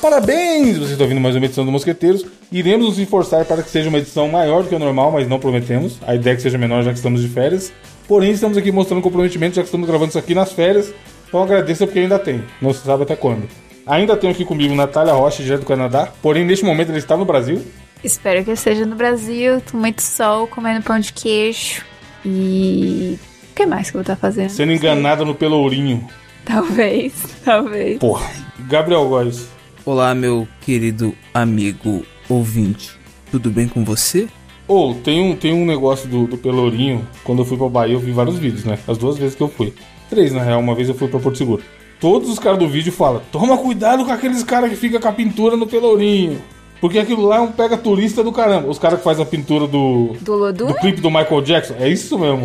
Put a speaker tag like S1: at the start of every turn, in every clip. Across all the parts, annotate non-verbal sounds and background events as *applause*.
S1: Parabéns! Vocês estão ouvindo mais uma edição do Mosqueteiros. Iremos nos esforçar para que seja uma edição maior do que o normal, mas não prometemos. A ideia é que seja menor já que estamos de férias. Porém, estamos aqui mostrando comprometimento, já que estamos gravando isso aqui nas férias. Então agradeço porque ainda tem. Não se sabe até quando. Ainda tenho aqui comigo Natália Rocha, direto do Canadá. Porém, neste momento ele está no Brasil.
S2: Espero que eu esteja no Brasil, com muito sol, comendo pão de queijo e. O que mais que eu vou estar fazendo?
S1: Sendo enganada no pelourinho.
S2: Talvez, *laughs* talvez.
S1: Porra. Gabriel Góes.
S3: Olá, meu querido amigo ouvinte. Tudo bem com você?
S1: Ou tem, um, tem um negócio do, do Pelourinho. Quando eu fui pra Bahia, eu vi vários vídeos, né? As duas vezes que eu fui. Três, na real. Uma vez eu fui pra Porto Seguro. Todos os caras do vídeo falam: toma cuidado com aqueles caras que ficam com a pintura no Pelourinho. Porque aquilo lá é um pega turista do caramba. Os caras que fazem a pintura do.
S2: Do Lodu? né?
S1: Do clipe do Michael Jackson. É isso mesmo.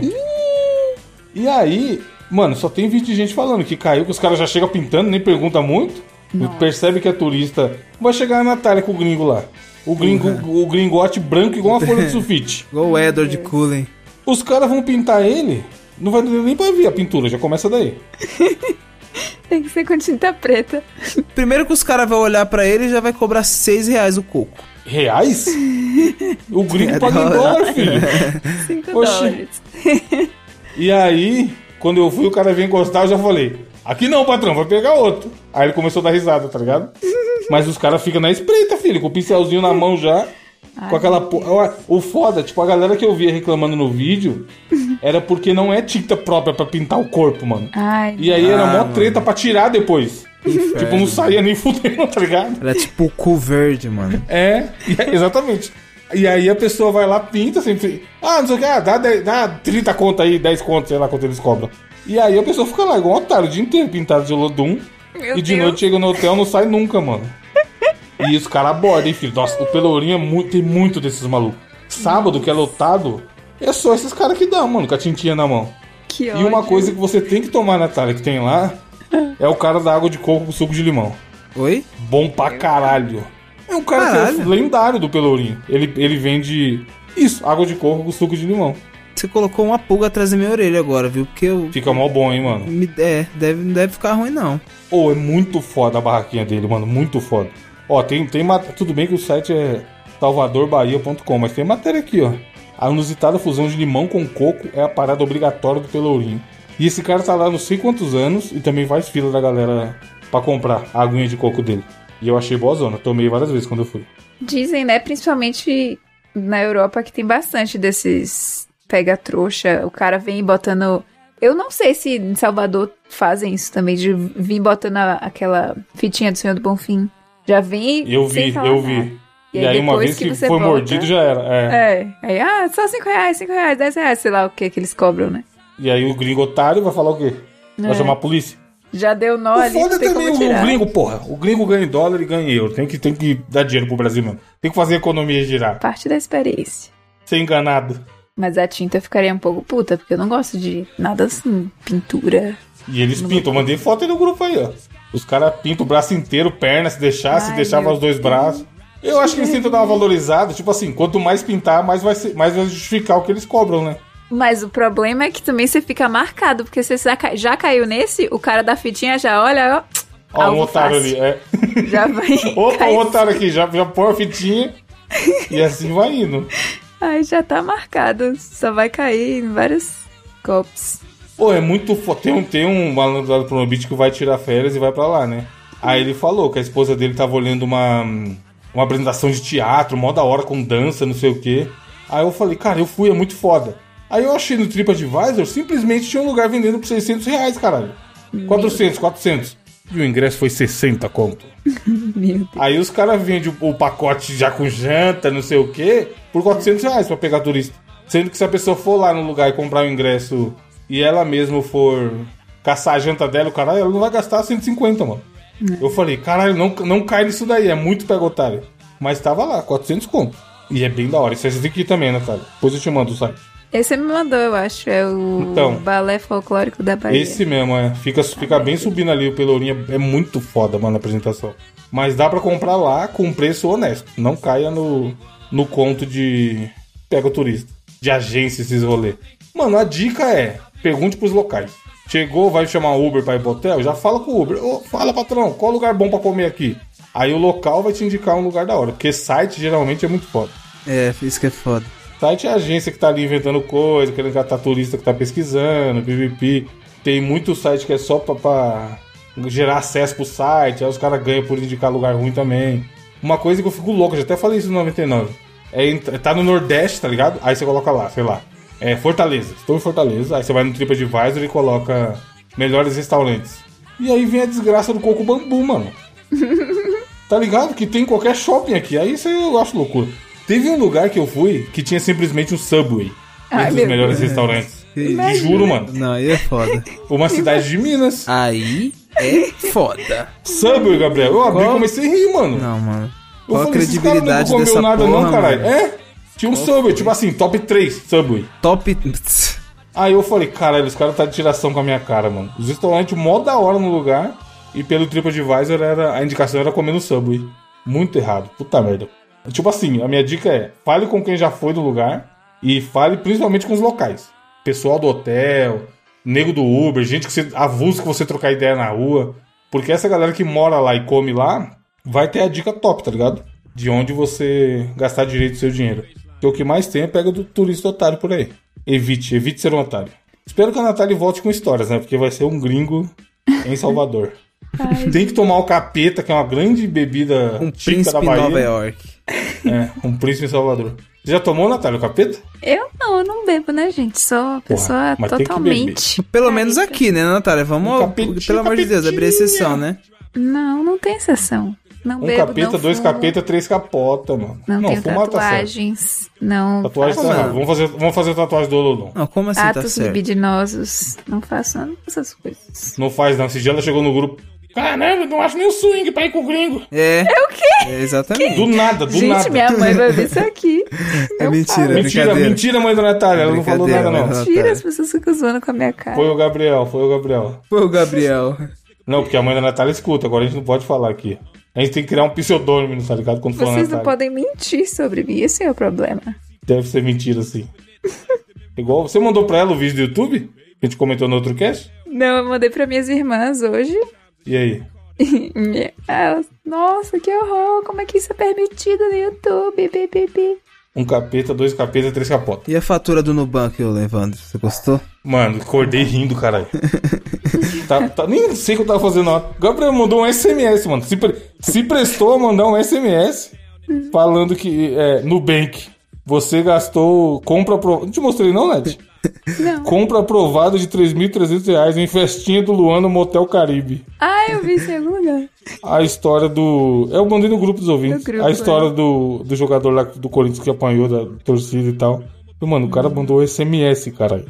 S1: E aí, mano, só tem vídeo de gente falando que caiu, que os caras já chegam pintando, nem pergunta muito. Percebe que é turista. Vai chegar a Natália com o gringo lá. O gringo, o gringote branco igual uma folha de sulfite.
S3: Igual o Edward Cullen.
S1: Os caras vão pintar ele, não vai dar nem pra ver a pintura, já começa daí.
S2: Tem que ser com tinta preta.
S3: Primeiro que os caras vão olhar pra ele e já vai cobrar seis reais o coco.
S1: Reais? O
S3: É
S1: gringo paga em dólar,
S3: *laughs*
S1: filho.
S2: 5
S1: Oxi.
S2: dólares.
S1: E aí, quando eu fui, o cara veio encostar, eu já falei: Aqui não, patrão, vai pegar outro. Aí ele começou a dar risada, tá ligado? Mas os caras ficam na espreita, filho, com o pincelzinho na mão já. com aquela. po- Ó, O foda, tipo, a galera que eu via reclamando no vídeo era porque não é tinta própria pra pintar o corpo, mano.
S2: Ai,
S1: E aí era
S3: Ah,
S1: mó
S3: mano.
S1: treta pra tirar depois. Tipo, não
S3: Inferno.
S1: saía nem *laughs* fudendo, tá ligado?
S3: Era tipo o cu verde, mano.
S1: É, e- exatamente. E aí a pessoa vai lá, pinta sempre. Ah, não sei o que, ah, dá, dez- dá 30 conto aí, 10 conto, sei lá quanto eles cobram. E aí a pessoa fica lá, igual um otário, o dia inteiro pintado de Olodum.
S2: Meu
S1: E de
S2: Deus.
S1: noite chega no hotel, não sai nunca, mano. E os caras abordam, hein, filho. Nossa, o Pelourinho é muito, tem muito desses malucos. Sábado, que é lotado, é só esses caras que dão, mano, com a tintinha na mão.
S2: que
S1: E uma
S2: ódio.
S1: coisa que você tem que tomar, Natália, que tem lá, é o cara da água de coco com suco de limão.
S3: Oi?
S1: Bom pra caralho. É um cara que é
S3: Caralho.
S1: lendário do Pelourinho. Ele, ele vende isso, água de coco com suco de limão.
S3: Você colocou uma pulga atrás da minha orelha agora, viu? Porque eu.
S1: Fica mó bom, hein, mano.
S3: Me, é, deve, não deve ficar ruim, não.
S1: Ô, é muito foda a barraquinha dele, mano. Muito foda. Ó, tem, tem ma- Tudo bem que o site é salvadorbahia.com, mas tem matéria aqui, ó. A inusitada fusão de limão com coco é a parada obrigatória do Pelourinho. E esse cara tá lá não sei quantos anos e também faz fila da galera pra comprar a aguinha de coco dele. E eu achei boa zona, tomei várias vezes quando eu fui.
S2: Dizem, né, principalmente na Europa, que tem bastante desses pega-trouxa. O cara vem botando. Eu não sei se em Salvador fazem isso também, de vir botando a- aquela fitinha do Senhor do Bonfim. Já vem.
S1: Eu
S2: sem
S1: vi,
S2: falar
S1: eu
S2: nada.
S1: vi.
S2: E
S1: E,
S2: aí
S1: aí, uma
S2: depois
S1: vez
S2: que
S1: que,
S2: você né?
S1: foi
S2: volta-
S1: mordido, já era. é.
S2: É, aí, ah, só 5 reais, 5 reais, 10 reais, sei lá o que que eles cobram, né?
S1: E aí o gringo otário vai falar o quê? Vai
S2: É.
S1: chamar a polícia.
S2: Já deu nó
S1: O
S2: ali,
S1: foda
S2: não
S1: é
S2: tem
S1: também
S2: como
S1: o
S2: tirar.
S1: gringo, porra. O gringo ganha em dólar e ganha em euro. Tem que, tem que dar dinheiro pro Brasil mesmo. Tem que fazer a economia girar.
S2: Parte da experiência.
S1: Ser enganado.
S2: Mas a tinta eu ficaria um pouco puta, porque eu não gosto de nada assim, pintura.
S1: E eles pintam. Eu mandei foto aí no grupo aí, ó. Os caras pintam o braço inteiro, perna, se deixar, se
S2: Ai,
S1: deixava
S2: meu
S1: os dois braços. Eu acho que eles tentam dar uma valorizada. Tipo assim, quanto mais pintar, mais vai, ser- mais vai justificar o que eles cobram, né?
S2: Mas o problema é que também você fica marcado, porque você já, cai- já caiu nesse, o cara da fitinha já olha, ó.
S1: Ó, um
S2: alvo
S1: otário
S2: fácil.
S1: ali.
S2: *laughs*
S1: É.
S2: Já vai.
S1: *laughs* Opa,
S2: cair.
S1: o otário aqui, já, já põe a fitinha e assim vai indo.
S2: Aí já tá marcado. Só vai cair em vários copos.
S1: Pô, é muito foda. Tem um, tem um malandro lá do Pronobit que vai tirar férias e vai pra lá, né? Aí ele falou que a esposa dele tava olhando uma, uma apresentação de teatro, mó da hora, com dança, não sei o quê. Aí eu falei, cara, eu fui, é muito foda. Aí eu achei no TripAdvisor, simplesmente tinha um lugar vendendo por 600 reais, caralho. 400, 400. E o ingresso foi 60 conto.
S2: Meu Deus.
S1: Aí os caras vendem o, o pacote já com janta, não sei o quê, por 400 reais pra pegar turista. Sendo que se a pessoa for lá no lugar e comprar o ingresso e ela mesma for caçar a janta dela, o caralho, ela não vai gastar 150, mano. Eu falei, caralho, não, não cai nisso daí, é muito pega otário. Mas tava lá, 400 conto. E é bem da hora. Isso aí você tem que ir também, né, cara? Depois eu te mando o site.
S2: Esse me mandou, eu acho. É o
S1: Então.
S2: Balé Folclórico da Bahia.
S1: Esse mesmo, é. Fica, fica bem subindo ali o Pelourinho. É muito foda, mano, a apresentação. Mas dá pra comprar lá com preço honesto. Não caia no, no conto de pega o turista, de agência esses rolê. Mano, a dica é, pergunte pros locais. Chegou, vai chamar Uber pra ir pro hotel, já fala com o Uber. Ô, fala, patrão, qual lugar bom pra comer aqui? Aí o local vai te indicar um lugar da hora, porque site geralmente é muito foda.
S3: É, isso que é foda.
S1: Site é a agência que tá ali inventando coisa, querendo catar turista que tá pesquisando, PVP. Tem muito site que é só pra, pra gerar acesso pro site, aí os caras ganham por indicar lugar ruim também. Uma coisa que eu fico louco, eu já até falei isso no 99. É, ent- tá no Nordeste, tá ligado? Aí você coloca lá, sei lá. É Fortaleza, estou em Fortaleza. Aí você vai no TripAdvisor e coloca melhores restaurantes. E aí vem a desgraça do coco bambu, mano. Tá ligado? Que tem em qualquer shopping aqui. Aí isso eu acho loucura. Teve um lugar que eu fui que tinha simplesmente um Subway.
S2: Ai,
S1: entre
S2: meu
S1: os melhores
S3: Deus.
S1: restaurantes.
S3: Que-
S2: Mas-
S1: Juro, mano.
S3: Não, aí é foda.
S1: Uma cidade de Minas.
S3: Aí é foda.
S1: Subway, Gabriel. Eu abri e
S3: Qual?
S1: comecei a rir, mano.
S3: Não, mano.
S1: Eu
S3: Qual a
S1: falei, esses caras
S3: credibilidade
S1: não
S3: dessa
S1: comeu nada
S3: porra,
S1: não, caralho.
S3: mano?
S1: É? Tinha um Subway, tipo assim, top 3 Subway.
S3: Top... *laughs*
S1: Aí eu falei, caralho, os caras tá de tiração com a minha cara, mano. Os restaurantes mó da hora no lugar e pelo TripAdvisor era, a indicação era comer no Subway. Muito errado, puta merda. Tipo assim, a minha dica é, fale com quem já foi do lugar e fale principalmente com os locais. Pessoal do hotel, nego do Uber, gente que você avulsa que você trocar ideia na rua. Porque essa galera que mora lá e come lá, vai ter a dica top, tá ligado? De onde você gastar direito o seu dinheiro. Porque o que mais tem é pega do turista otário por aí. Evite, evite ser um otário. Espero que a Natália volte com histórias, né? Porque vai ser um gringo em
S2: *laughs*
S1: Salvador. tem que tomar o capeta, que é uma grande bebida
S3: Um
S1: típica
S3: príncipe
S1: da
S3: em
S1: Bahia.
S3: Nova York.
S1: É, um príncipe em Salvador. Você já tomou, Natália, o capeta?
S2: Eu não, eu não bebo, né, gente? Sou uma pessoa
S1: mas tem que
S2: totalmente.
S3: Pelo menos aqui, né, Natália?
S1: Um
S3: Vamos,
S1: capetinho,
S3: pelo amor de Deus, abrir
S1: capetinha.
S3: exceção, né?
S2: Não, não tem exceção. Não
S1: Um
S2: bebo,
S1: capeta,
S2: não
S1: dois
S2: fumo,
S1: capeta, três capota, mano.
S2: Não, tenho
S1: fumar tá certo.
S2: tatuagens. Não
S1: Tatuagem tá
S3: Fumar.
S1: errado. Vamos fazer, vamos fazer tatuagem do Olodum.
S3: Não, como assim tá
S2: atos
S3: certo?
S2: libidinosos. Não faço nada dessas coisas.
S1: Não faz, não. Esse dia ela chegou no grupo. Caramba, não acho nem o swing pra ir com o gringo.
S3: É. É o quê? exatamente.
S1: Do nada, do
S2: gente,
S1: nada.
S2: minha mãe vai ver isso
S1: *laughs*
S2: aqui.
S3: É
S2: Eu
S3: mentira,
S1: Mentira,
S2: falo.
S3: brincadeira.
S1: mentira, mãe da Natália. Ela não falou nada,
S3: Brincadeira,
S1: não.
S3: né?
S2: Mentira, as pessoas ficam zoando com a minha cara.
S1: Foi o Gabriel, foi o Gabriel.
S3: Pô, Gabriel.
S1: Não, porque a mãe da Natália escuta, agora a gente não pode falar aqui. A gente tem que criar um pseudônimo, tá ligado? Quando for
S2: Vocês
S1: a
S2: não
S1: Natália.
S2: podem mentir sobre mim, esse é o problema.
S1: Deve ser mentira, assim. *laughs* Igual. Você mandou pra ela o vídeo do YouTube? Que a gente comentou no outro cast?
S2: Não, eu mandei pra minhas irmãs hoje. *laughs*
S1: E aí?
S2: E elas, Nossa, que horror! Como é que isso é permitido no YouTube? Bi, bi, bi.
S1: Um capeta, dois capeta, três capota.
S3: E a fatura do Nubank, ô Levandro? Você gostou?
S1: Mano, acordei rindo,
S2: *laughs*
S1: caralho. tá, tá- nem sei o que eu tava fazendo. ó. Gabriel mandou um SMS, mano. Se, pre- se prestou a mandar um SMS falando que é, Nubank, você gastou compra aprovada. Não te mostrei, não, Nath?
S2: Não.
S1: Compra aprovada de 3.300 reais em festinha do Luan no Motel Caribe.
S2: Ah, eu vi isso em algum lugar.
S1: A história do. é, Eu mandei no grupo dos ouvintes.
S2: No grupo, é.
S1: a história do, do jogador lá do Corinthians que apanhou da torcida e tal. E, Mano, o cara mandou um SMS,
S2: *laughs*
S1: caralho.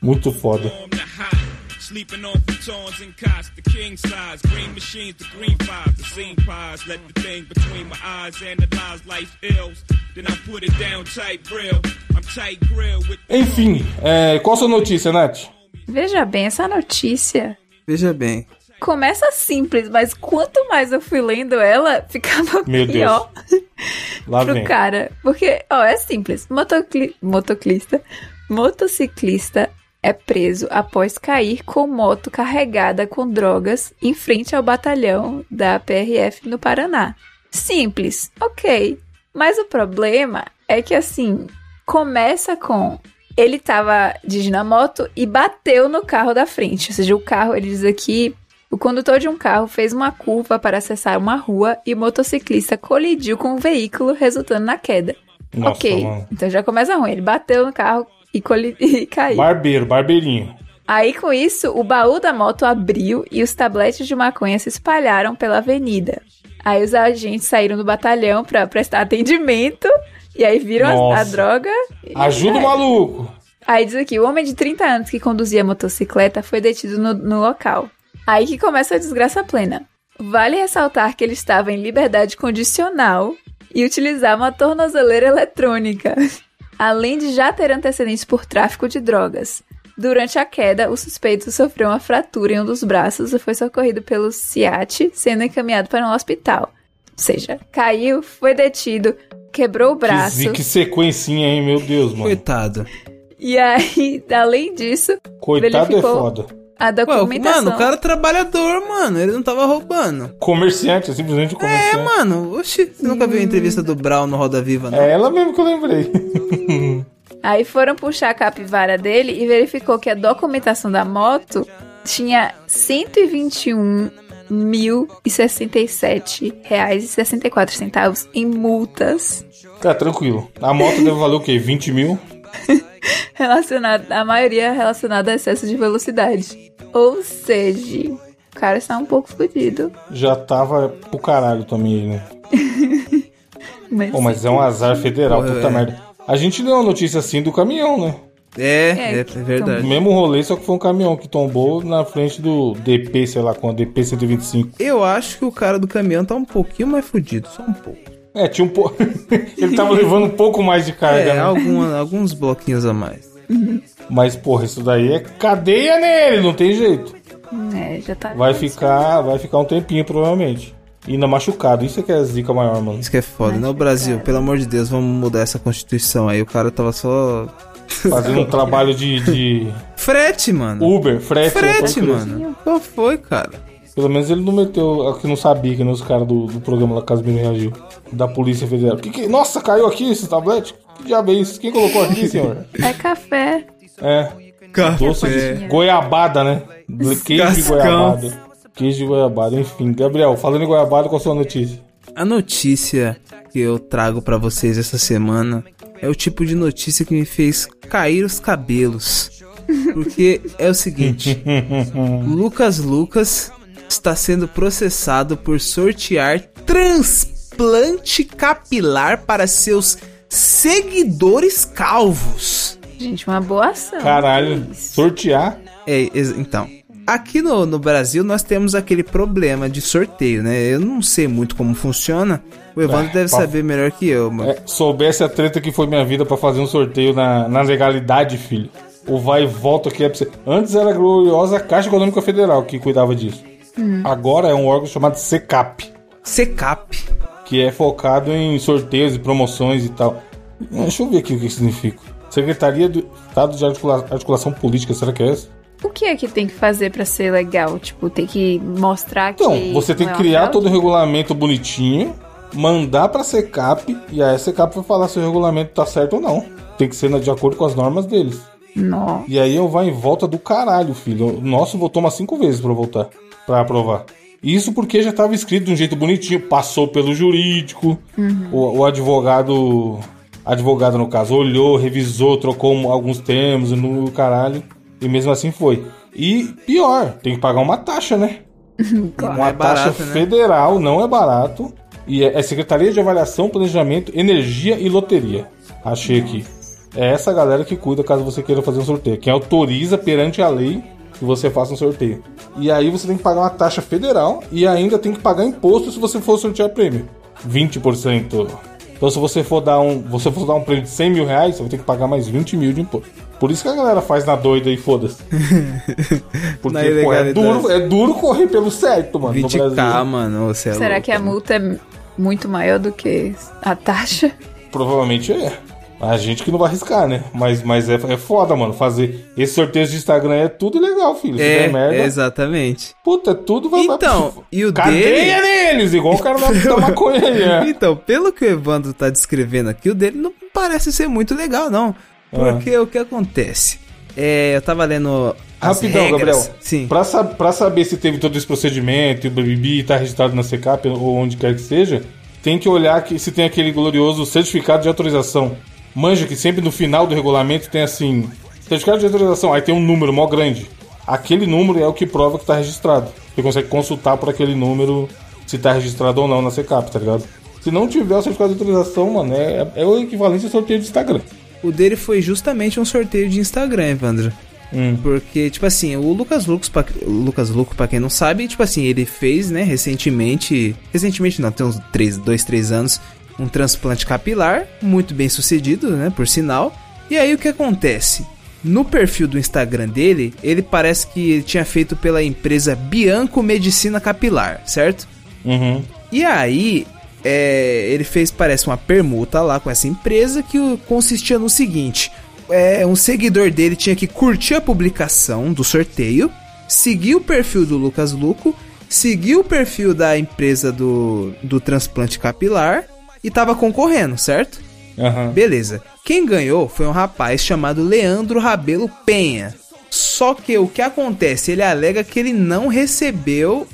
S1: Muito foda.
S4: warm to hot. Sleeping on futons and cots, the king size, green machines, the green fives, the scene pies. Let the thing between my eyes analyze life ills. Then I put it down tight grill. I'm tight grill with
S1: Enfim, é, qual a sua notícia, Nath?
S2: Veja bem, essa notícia
S3: Veja bem.
S2: começa simples, mas quanto mais eu fui lendo ela, *laughs* ficava
S1: Meu
S2: pior
S1: Lá
S2: pro
S1: vem.
S2: cara. Porque, ó, é simples. Motocli motoclista. Motociclista é preso após cair com moto carregada com drogas em frente ao batalhão da PRF no Paraná. Simples, ok. Mas o problema é que assim, começa com ele tava dirigindo a moto e bateu no carro da frente. Ou seja, o carro, ele diz aqui, o condutor de um carro fez uma curva para acessar uma rua e o motociclista colidiu com o veículo, resultando na queda.
S1: Nossa, tá
S2: ok,
S1: mano.
S2: então já começa ruim. Ele bateu no carro e, coli- *laughs* e caiu.
S1: Barbeiro, barbeirinho.
S2: Aí, com isso, o baú da moto abriu e os tabletes de maconha se espalharam pela avenida. Aí os agentes saíram do batalhão pra prestar atendimento e aí viram a- a,
S1: Nossa.
S2: droga. e-
S1: Ajuda o maluco.
S2: Aí diz aqui, o homem de 30 anos que conduzia a motocicleta foi detido no, no local. Aí que começa a desgraça plena. Vale ressaltar que ele estava em liberdade condicional e utilizava uma tornozeleira eletrônica, *laughs* além de já ter antecedentes por tráfico de drogas. Durante a queda, o suspeito sofreu uma fratura em um dos braços e foi socorrido pelo CIAT, sendo encaminhado para um hospital. Ou seja, caiu, foi detido, quebrou o braço.
S1: Que, que sequencinha, hein? Meu Deus, mano.
S3: Coitado.
S2: E aí, *laughs* além disso,
S1: Coitado é
S2: Ele ficou-
S1: foda.
S2: A
S3: Ué,
S2: documentação.
S3: mano, o cara é trabalhador, mano. Ele não tava roubando.
S1: Comerciante, simplesmente um
S3: É,
S1: comerciante.
S3: mano. Oxi, você nunca viu a entrevista do Brown no Roda Viva, não?
S1: É ela mesmo que eu lembrei. *laughs*
S2: Aí foram puxar a capivara dele e verificou que a documentação da moto tinha 121.067 reais e 64 centavos em multas
S1: Cara, Tá, tranquilo. A moto deve valer o quê? 20 mil?
S2: relacionadas, a maioria relacionada a excesso de velocidade. Ou seja, o cara está um pouco fodido.
S1: Já tava pro caralho também, né?
S2: Mas,
S1: Pô, mas é um azar federal,
S3: Porra,
S1: puta
S3: é.
S1: merda. A gente deu uma notícia assim do caminhão, né?
S3: É,
S2: É,
S3: é, é
S1: O
S3: verdade.
S1: mesmo rolê, só que foi um caminhão que tombou na frente do DP, sei lá, com a DP 125.
S3: Eu acho que o cara do caminhão tá um pouquinho mais fudido, só um pouco.
S1: É, tinha um pouco. *laughs* Ele tava levando um pouco mais de carga,
S3: É,
S1: né?
S3: alguma- alguns bloquinhos a mais.
S1: Mas, porra, isso daí é cadeia nele, não tem jeito.
S2: é, já tá
S1: Vai ficar, vai ficar um tempinho, provavelmente. E ainda machucado, isso é que é a zica maior, mano.
S3: Isso que é foda, né? O Brasil, pelo amor de Deus, vamos mudar essa constituição aí. O cara tava só.
S1: Fazendo um trabalho de,
S3: *laughs*
S1: de
S3: Frete, mano.
S1: Uber, frete. pode
S3: Frete,
S1: crer.
S3: mano. Qual foi, cara?
S1: Pelo menos ele não meteu, é que não sabia que nem os caras do, do programa lá Casimiro reagiu. Da Polícia Federal. Que que- nossa, caiu aqui esse tablete? Que diabo é isso? Quem colocou aqui,
S3: *laughs*
S1: senhor?
S2: É café.
S1: É, doce
S3: Café.
S1: de goiabada, né? Queijo de
S3: Cascão.
S1: goiabada. Queijo de goiabada, enfim. Gabriel, falando em goiabada, qual a sua notícia?
S3: A notícia que eu trago pra vocês essa semana é o tipo de notícia que me fez cair os cabelos. Porque é o seguinte: Lucas Lucas está sendo processado por sortear transplante capilar para seus seguidores calvos.
S2: Gente, uma boa ação.
S1: Caralho, sortear?
S3: É, ex- então. Aqui no, no Brasil nós temos aquele problema de sorteio, né? Eu não sei muito como funciona. O Evandro
S1: É,
S3: deve
S1: pa-
S3: saber melhor que eu, mano.
S1: É, soubesse a treta que foi minha vida pra fazer um sorteio na, na legalidade, filho. O vai e volta que é pra você. Antes era a gloriosa Caixa Econômica Federal que cuidava disso. Agora é um órgão chamado SECAP,
S3: Secap.
S1: que é focado em sorteios e promoções e tal. Hum, Deixa eu ver aqui o que significa. Secretaria do Estado de Articula- Articulação Política, será que é essa?
S2: O que é que tem que fazer pra ser legal? Tipo, tem que mostrar que.
S1: Então, você tem
S2: não
S1: que
S2: é uma
S1: criar
S2: fraude?
S1: todo o regulamento bonitinho, mandar pra SECAP e aí a SECAP vai falar se o regulamento tá certo ou não. Tem que ser na- de acordo com as normas deles.
S2: Não.
S1: E aí eu vai em volta do caralho, filho. O nosso votou umas cinco vezes pra voltar, pra aprovar. Isso porque já tava escrito de um jeito bonitinho, passou pelo jurídico.
S2: Uhum.
S1: O, o advogado, advogado no caso, olhou, revisou, trocou um- alguns termos no caralho. E mesmo assim foi. E pior, tem que pagar uma taxa, né?
S3: Não
S1: Uma
S3: é
S1: taxa
S3: barato, né?
S1: federal, não é barato. E é, é Secretaria de Avaliação, Planejamento, Energia e Loteria. Achei aqui. É essa galera que cuida caso você queira fazer um sorteio. Quem autoriza perante a lei que você faça um sorteio. E aí você tem que pagar uma taxa federal e ainda tem que pagar imposto se você for sortear prêmio. 20%. Então se você for dar um. Você for dar um prêmio de 100 mil reais, você vai ter que pagar mais 20 mil de imposto. Por isso que a galera faz na doida e
S3: *laughs*
S1: foda-se. Porque,
S3: Na
S1: pô, é
S3: ilegalidade.
S1: duro, é duro correr pelo certo, mano. no
S3: 20k,
S1: Brasil.
S3: mano. Você é
S2: Será
S3: louco.
S2: que a multa é muito maior do que a taxa?
S1: Provavelmente é. A gente que não vai arriscar, né? Mas, mas é, é foda, mano. Fazer esses sorteios de Instagram é tudo legal, filho. Se
S3: É,
S1: der merda,
S3: é, exatamente.
S1: puta, é tudo vai vai-
S3: Então, e o
S1: Cadeia neles, igual o cara da,
S3: *laughs*
S1: da maconha aí, *laughs* é.
S3: Então, pelo que o Evandro tá descrevendo aqui, o dele não parece ser muito legal, não.
S1: É.
S3: Porque o que acontece? É, eu tava lendo. as
S1: Rapidão,
S3: regras.
S1: Gabriel.
S3: Sim.
S1: Pra, sa- pra saber se teve todo esse procedimento e o BBB tá registrado na CECAP ou onde quer que seja, tem que olhar que, se tem aquele glorioso certificado de autorização. Manja que sempre no final do regulamento tem assim: certificado de autorização, aí tem um número mó grande. Aquele número é o que prova que tá registrado. Você consegue consultar por aquele número se tá registrado ou não na CECAP, tá ligado? Se não tiver o certificado de autorização, mano, é, é o equivalente ao sorteio de Instagram.
S3: O dele foi justamente um sorteio de Instagram, Evandro.
S1: Hum.
S3: Porque, tipo assim, o Lucas Lucas, pra, o Lucas Luco, pra quem não sabe, tipo assim, ele fez, né, recentemente. Recentemente não, tem uns 3, 2, 3 anos, um transplante capilar, muito bem sucedido, né? Por sinal. E aí o que acontece? No perfil do Instagram dele, ele parece que ele tinha feito pela empresa Bianco Medicina Capilar, certo?
S1: Uhum.
S3: E aí, é, ele fez, parece, uma permuta lá com essa empresa que o- consistia no seguinte: é, um seguidor dele tinha que curtir a publicação do sorteio. seguir o perfil do Lucas Luco, seguir o perfil da empresa do, do transplante capilar e tava concorrendo, certo?
S1: Aham.
S3: Beleza. Quem ganhou foi um rapaz chamado Leandro Rabelo Penha. Só que o que acontece? Ele alega que ele não recebeu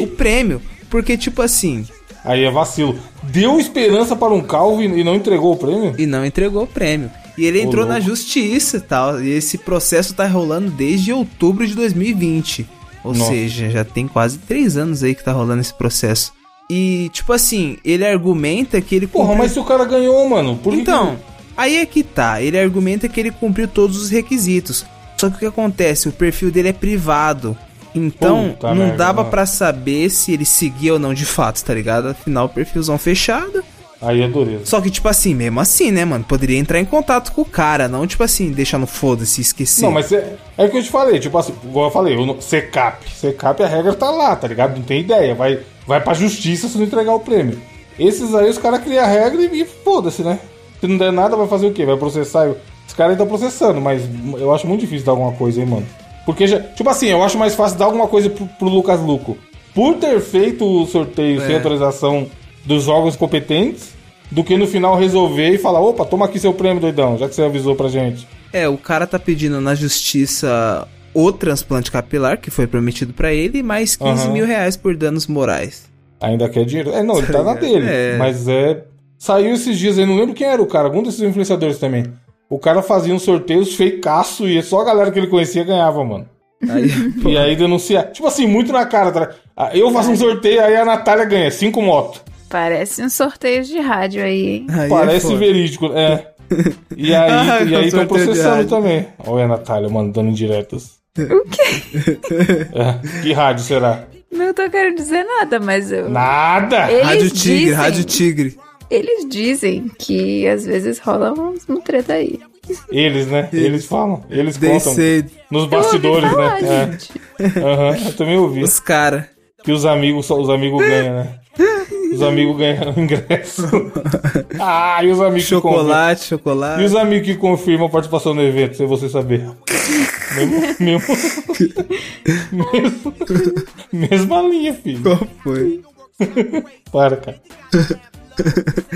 S3: o prêmio. Porque, tipo assim,
S1: Aí é vacilo. Deu esperança para um calvo e e não entregou o prêmio?
S3: e não entregou o prêmio. E ele
S1: Ô,
S3: entrou na
S1: louco.
S3: justiça e tal. E esse processo tá rolando desde outubro de 2020. Ou
S1: Nossa.
S3: seja, já tem quase três anos aí que tá rolando esse processo. E, tipo assim, ele argumenta que ele.
S1: Porra,
S3: cumpriu-
S1: mas se o cara ganhou, mano, por que
S3: Então, aí é que tá. Ele argumenta que ele cumpriu todos os requisitos. Só que o que acontece? O perfil dele é privado. Então,
S1: Puta
S3: não
S1: merda,
S3: dava
S1: mano.
S3: pra saber se ele seguia ou não de fato, tá ligado? Afinal, perfilzão fechado.
S1: que- Aí é dureza.
S3: Só que, tipo assim, mesmo assim, né, mano? Poderia entrar em contato com o cara, não, tipo assim, deixar no foda-se, esquecer.
S1: Não, mas é, é o que eu te falei, tipo assim, igual eu falei, eu não, CCAP. CCAP a regra tá lá, tá ligado? Não tem ideia. Vai, vai pra justiça se não entregar o prêmio. Esses aí os caras criam a regra e, e foda-se, né? Se não der nada, vai fazer o quê? Vai processar. Eu- Os caras estão processando, mas eu acho muito difícil dar alguma coisa, hein, mano. Porque já. Tipo assim, eu acho mais fácil dar alguma coisa pro, pro Lucas Luco. Por ter feito o sorteio sem autorização dos órgãos competentes, do que no final resolver e falar, opa, toma aqui seu prêmio, doidão, já que você avisou pra gente.
S3: É, o cara tá pedindo na justiça o transplante capilar, que foi prometido pra ele, mais 15
S1: Aham.
S3: mil reais por danos morais.
S1: Ainda quer dinheiro? É, não, ele tá na
S3: É.
S1: dele. Mas é. Saiu esses dias aí, não lembro quem era o cara, algum desses influenciadores também. O cara fazia uns sorteios feicaço e só a galera que ele conhecia ganhava, mano.
S3: Aí, pô,
S1: E aí denuncia. Tipo assim, muito na cara. tá? Ah, Eu faço um sorteio, aí a Natália ganha cinco motos.
S2: Parece um sorteio de rádio aí, hein?
S1: *laughs*
S3: aí é
S1: Parece
S3: foda.
S1: verídico,
S3: *laughs*
S1: é. E aí
S3: Ah,
S1: e aí
S3: com
S1: estão
S3: sorteio de
S1: processando
S3: rádio.
S1: também. Olha a Natália mandando indiretas.
S2: O quê?
S1: É, Que rádio será?
S2: Não tô querendo dizer nada, mas eu...
S1: Nada!
S2: Eles
S3: Rádio Tigre,
S2: dizem-
S3: Rádio Tigre.
S2: Eles dizem que às vezes rola uns um treta aí.
S1: Eles, né? Eles falam. Eles
S3: They
S1: contam.
S3: say
S1: Nos
S2: Eu ouvi
S1: bastidores,
S2: falar,
S1: né? É.
S2: gente.
S1: Aham, eu também ouvi.
S3: os cara.
S1: Que os amigos, só os amigos ganham, né? Os amigos ganham *laughs* ingresso. Ah, e os amigos que confirmam.
S3: Chocolate,
S1: E
S3: chocolate.
S1: os amigos que confirmam a participação no evento, sem você saber. Mesmo, mesmo, mesmo- mesma linha, filho.
S3: *laughs* Qual foi?
S1: Para, cara.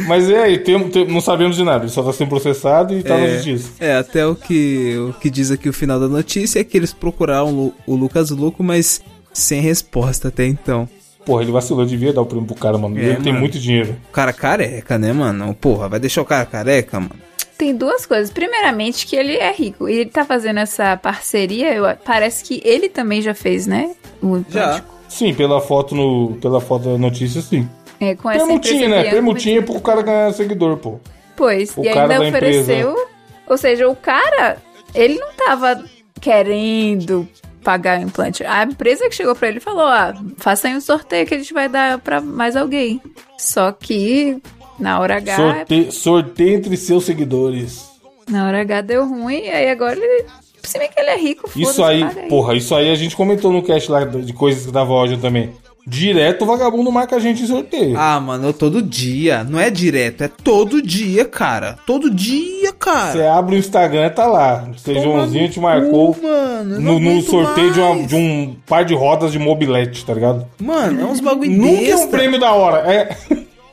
S1: Mas é aí, tem- tem- não sabemos de nada. Ele só tá sendo processado e tá na justiça.
S3: É, até o que, o que diz aqui o final da notícia é que eles procuraram o Lu- o Lucas Louco, mas sem resposta até então.
S1: Porra, ele vacilou, devia dar o prêmio pro cara, mano.
S3: É,
S1: ele tem
S3: mano.
S1: muito dinheiro.
S3: O cara careca, né, mano? Porra, vai deixar o cara careca, mano?
S2: Tem duas coisas. Primeiramente, que ele é rico. E ele tá fazendo essa parceria. eu- parece que ele também já fez, né? O
S3: Já.
S2: implante.
S1: Sim, pela foto no. Pela foto da notícia, sim.
S2: É, com essa
S1: Permutinha,
S2: empresa
S1: né?
S2: Bianco,
S1: Permutinha pro cara ganhar seguidor, pô.
S2: Pois.
S1: O
S2: e
S1: cara
S2: ainda
S1: da
S2: ofereceu. Ou seja, o cara, ele não tava querendo pagar o implante. A empresa que chegou pra ele falou: ah, faça aí um sorteio que a gente vai dar pra mais alguém. Só que na hora H.
S1: Sorte... Sorteio entre seus seguidores.
S2: Na hora H deu ruim, e aí agora ele. Se bem que ele é rico, foda-se,
S1: Isso aí,
S2: paga
S1: porra, isso aí a gente comentou no cast lá de coisas que dava ódio também. Direto o vagabundo marca a gente em sorteio.
S3: Ah, mano, eu todo dia. Não é direto, é todo dia, cara. Todo dia,
S1: Você
S3: cara.
S1: abre o Instagram tá lá. Seu Joãozinho te marcou
S3: Ô, mano, eu
S1: no,
S3: não
S1: no
S3: aguento
S1: sorteio de, uma-
S3: mais.
S1: de um par de rodas de mobilete, tá ligado?
S3: Mano, é uns bagulho
S1: Nunca é
S3: besta.
S1: um prêmio da hora. É.